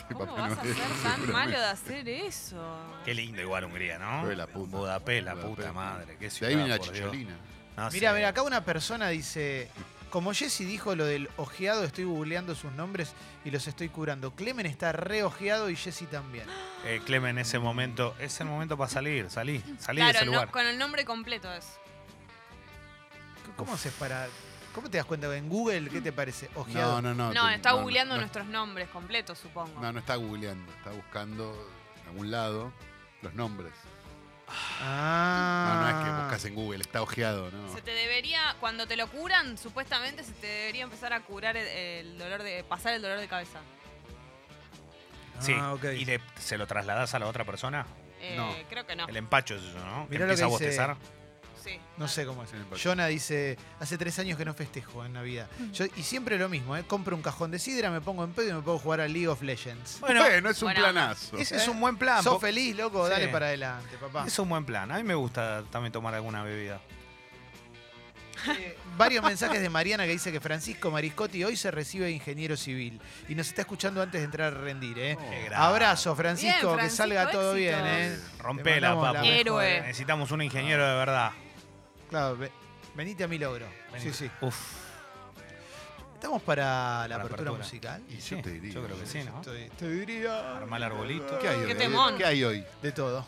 Speaker 5: que
Speaker 2: ¿Cómo
Speaker 5: Papá
Speaker 2: vas a
Speaker 5: Noel,
Speaker 2: ser tan malo
Speaker 5: seguramente.
Speaker 2: de hacer eso?
Speaker 3: Qué lindo igual Hungría, ¿no?
Speaker 5: Fue la puta.
Speaker 3: Budapest, la
Speaker 5: Budapest.
Speaker 3: puta madre. Qué
Speaker 5: De
Speaker 3: ciudad,
Speaker 5: ahí
Speaker 1: ah,
Speaker 5: viene la
Speaker 3: por Dios.
Speaker 5: chicholina.
Speaker 3: No
Speaker 1: Mira,
Speaker 3: sé.
Speaker 1: mira, acá una persona dice, como Jesse dijo lo del ojeado, estoy googleando sus nombres y los estoy curando. Clemen está re ojeado y Jesse también.
Speaker 3: Eh, Clemen, en ese momento, es el momento para salir, salí, salí de
Speaker 2: Claro,
Speaker 3: ese
Speaker 2: no-
Speaker 3: lugar.
Speaker 2: con el nombre completo es.
Speaker 1: ¿Cómo haces para...? ¿Cómo te das cuenta? ¿En Google qué te parece? Ojeado.
Speaker 5: No, no, no.
Speaker 2: No,
Speaker 5: te-
Speaker 2: está googleando
Speaker 5: no,
Speaker 2: nuestros nombres completos, supongo.
Speaker 5: No, no está googleando, está buscando en algún lado los nombres. No,
Speaker 1: Ah.
Speaker 5: no es que buscas en Google, está ojeado, ¿no?
Speaker 2: Se te debería, cuando te lo curan, supuestamente se te debería empezar a curar el, el dolor de, pasar el dolor de cabeza.
Speaker 3: Sí,
Speaker 1: Ah, ok.
Speaker 3: y le- se lo trasladás a la otra persona.
Speaker 2: Eh,
Speaker 5: No.
Speaker 2: Creo que no.
Speaker 3: El empacho es eso, ¿no? Que
Speaker 1: Mirá lo
Speaker 3: empieza a
Speaker 1: que dice-
Speaker 3: bostezar.
Speaker 2: Sí. Sí.
Speaker 1: No sé cómo es.
Speaker 5: Sin impacto.
Speaker 1: Jonah dice, hace tres años que no festejo en Navidad. Yo, y siempre lo mismo, ¿eh? Compro un cajón de sidra, me pongo en pedo y me puedo jugar a League of Legends.
Speaker 5: Bueno,
Speaker 3: Bueno,
Speaker 5: es un
Speaker 2: Bueno.
Speaker 5: planazo.
Speaker 3: ese es un buen plan.
Speaker 1: ¿Sos
Speaker 3: po-
Speaker 1: feliz, loco?
Speaker 3: Sí.
Speaker 1: Dale para adelante, papá.
Speaker 3: "Eh, Es un buen plan. A mí me gusta también tomar alguna bebida.
Speaker 1: Eh, varios mensajes de Mariana que dice que Francisco Mariscotti hoy se recibe de ingeniero civil y nos está escuchando antes de entrar a rendir. ¿eh?
Speaker 5: Oh.
Speaker 3: Qué grande.
Speaker 1: Abrazo, Francisco,
Speaker 2: Bien,
Speaker 1: que
Speaker 2: Francisco,
Speaker 1: salga todo bien.
Speaker 2: éxitos.
Speaker 1: ¿eh? Te
Speaker 3: Rompela,
Speaker 1: mandamos
Speaker 3: papá.
Speaker 1: la mejor,
Speaker 2: Héroe.
Speaker 1: ¿eh?
Speaker 3: Necesitamos un ingeniero de verdad.
Speaker 1: Claro, ve- venite a mi logro.
Speaker 3: Vení.
Speaker 1: Sí, sí.
Speaker 3: Uf.
Speaker 1: Estamos para la apertura,
Speaker 3: Para apertura.
Speaker 1: musical.
Speaker 5: Y yo te diría.
Speaker 3: Yo creo que sí, ¿no?
Speaker 1: Estoy, estoy diría-
Speaker 3: Armar el arbolito.
Speaker 5: ¿Qué hay
Speaker 2: Qué
Speaker 5: hoy?
Speaker 2: temón.
Speaker 5: ¿Qué hay hoy?
Speaker 1: De todo.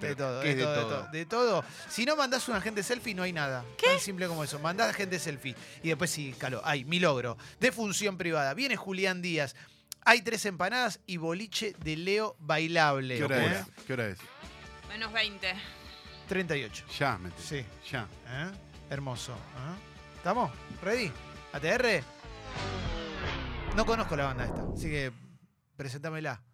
Speaker 1: De
Speaker 5: Pero,
Speaker 1: todo,
Speaker 5: ¿qué
Speaker 1: de,
Speaker 5: es de
Speaker 1: todo, de
Speaker 5: todo?
Speaker 1: todo, de todo. Si no mandás un agente selfie, no hay nada. Tan simple como eso. Mandás agente selfie. Y después sí, caló. Ay, mi logro. De función privada. Viene Julián Díaz. Hay tres empanadas y boliche de Leo bailable.
Speaker 5: ¿Qué hora
Speaker 1: ¿Eh?
Speaker 5: es? ¿Qué hora es?
Speaker 2: Menos 20.
Speaker 1: 38.
Speaker 5: Ya, me enteré.
Speaker 1: Sí.
Speaker 5: Ya.
Speaker 1: ¿Eh? Hermoso. ¿eh? ¿Estamos? ¿Ready? ¿ATR? No conozco la banda esta, así que presentámela.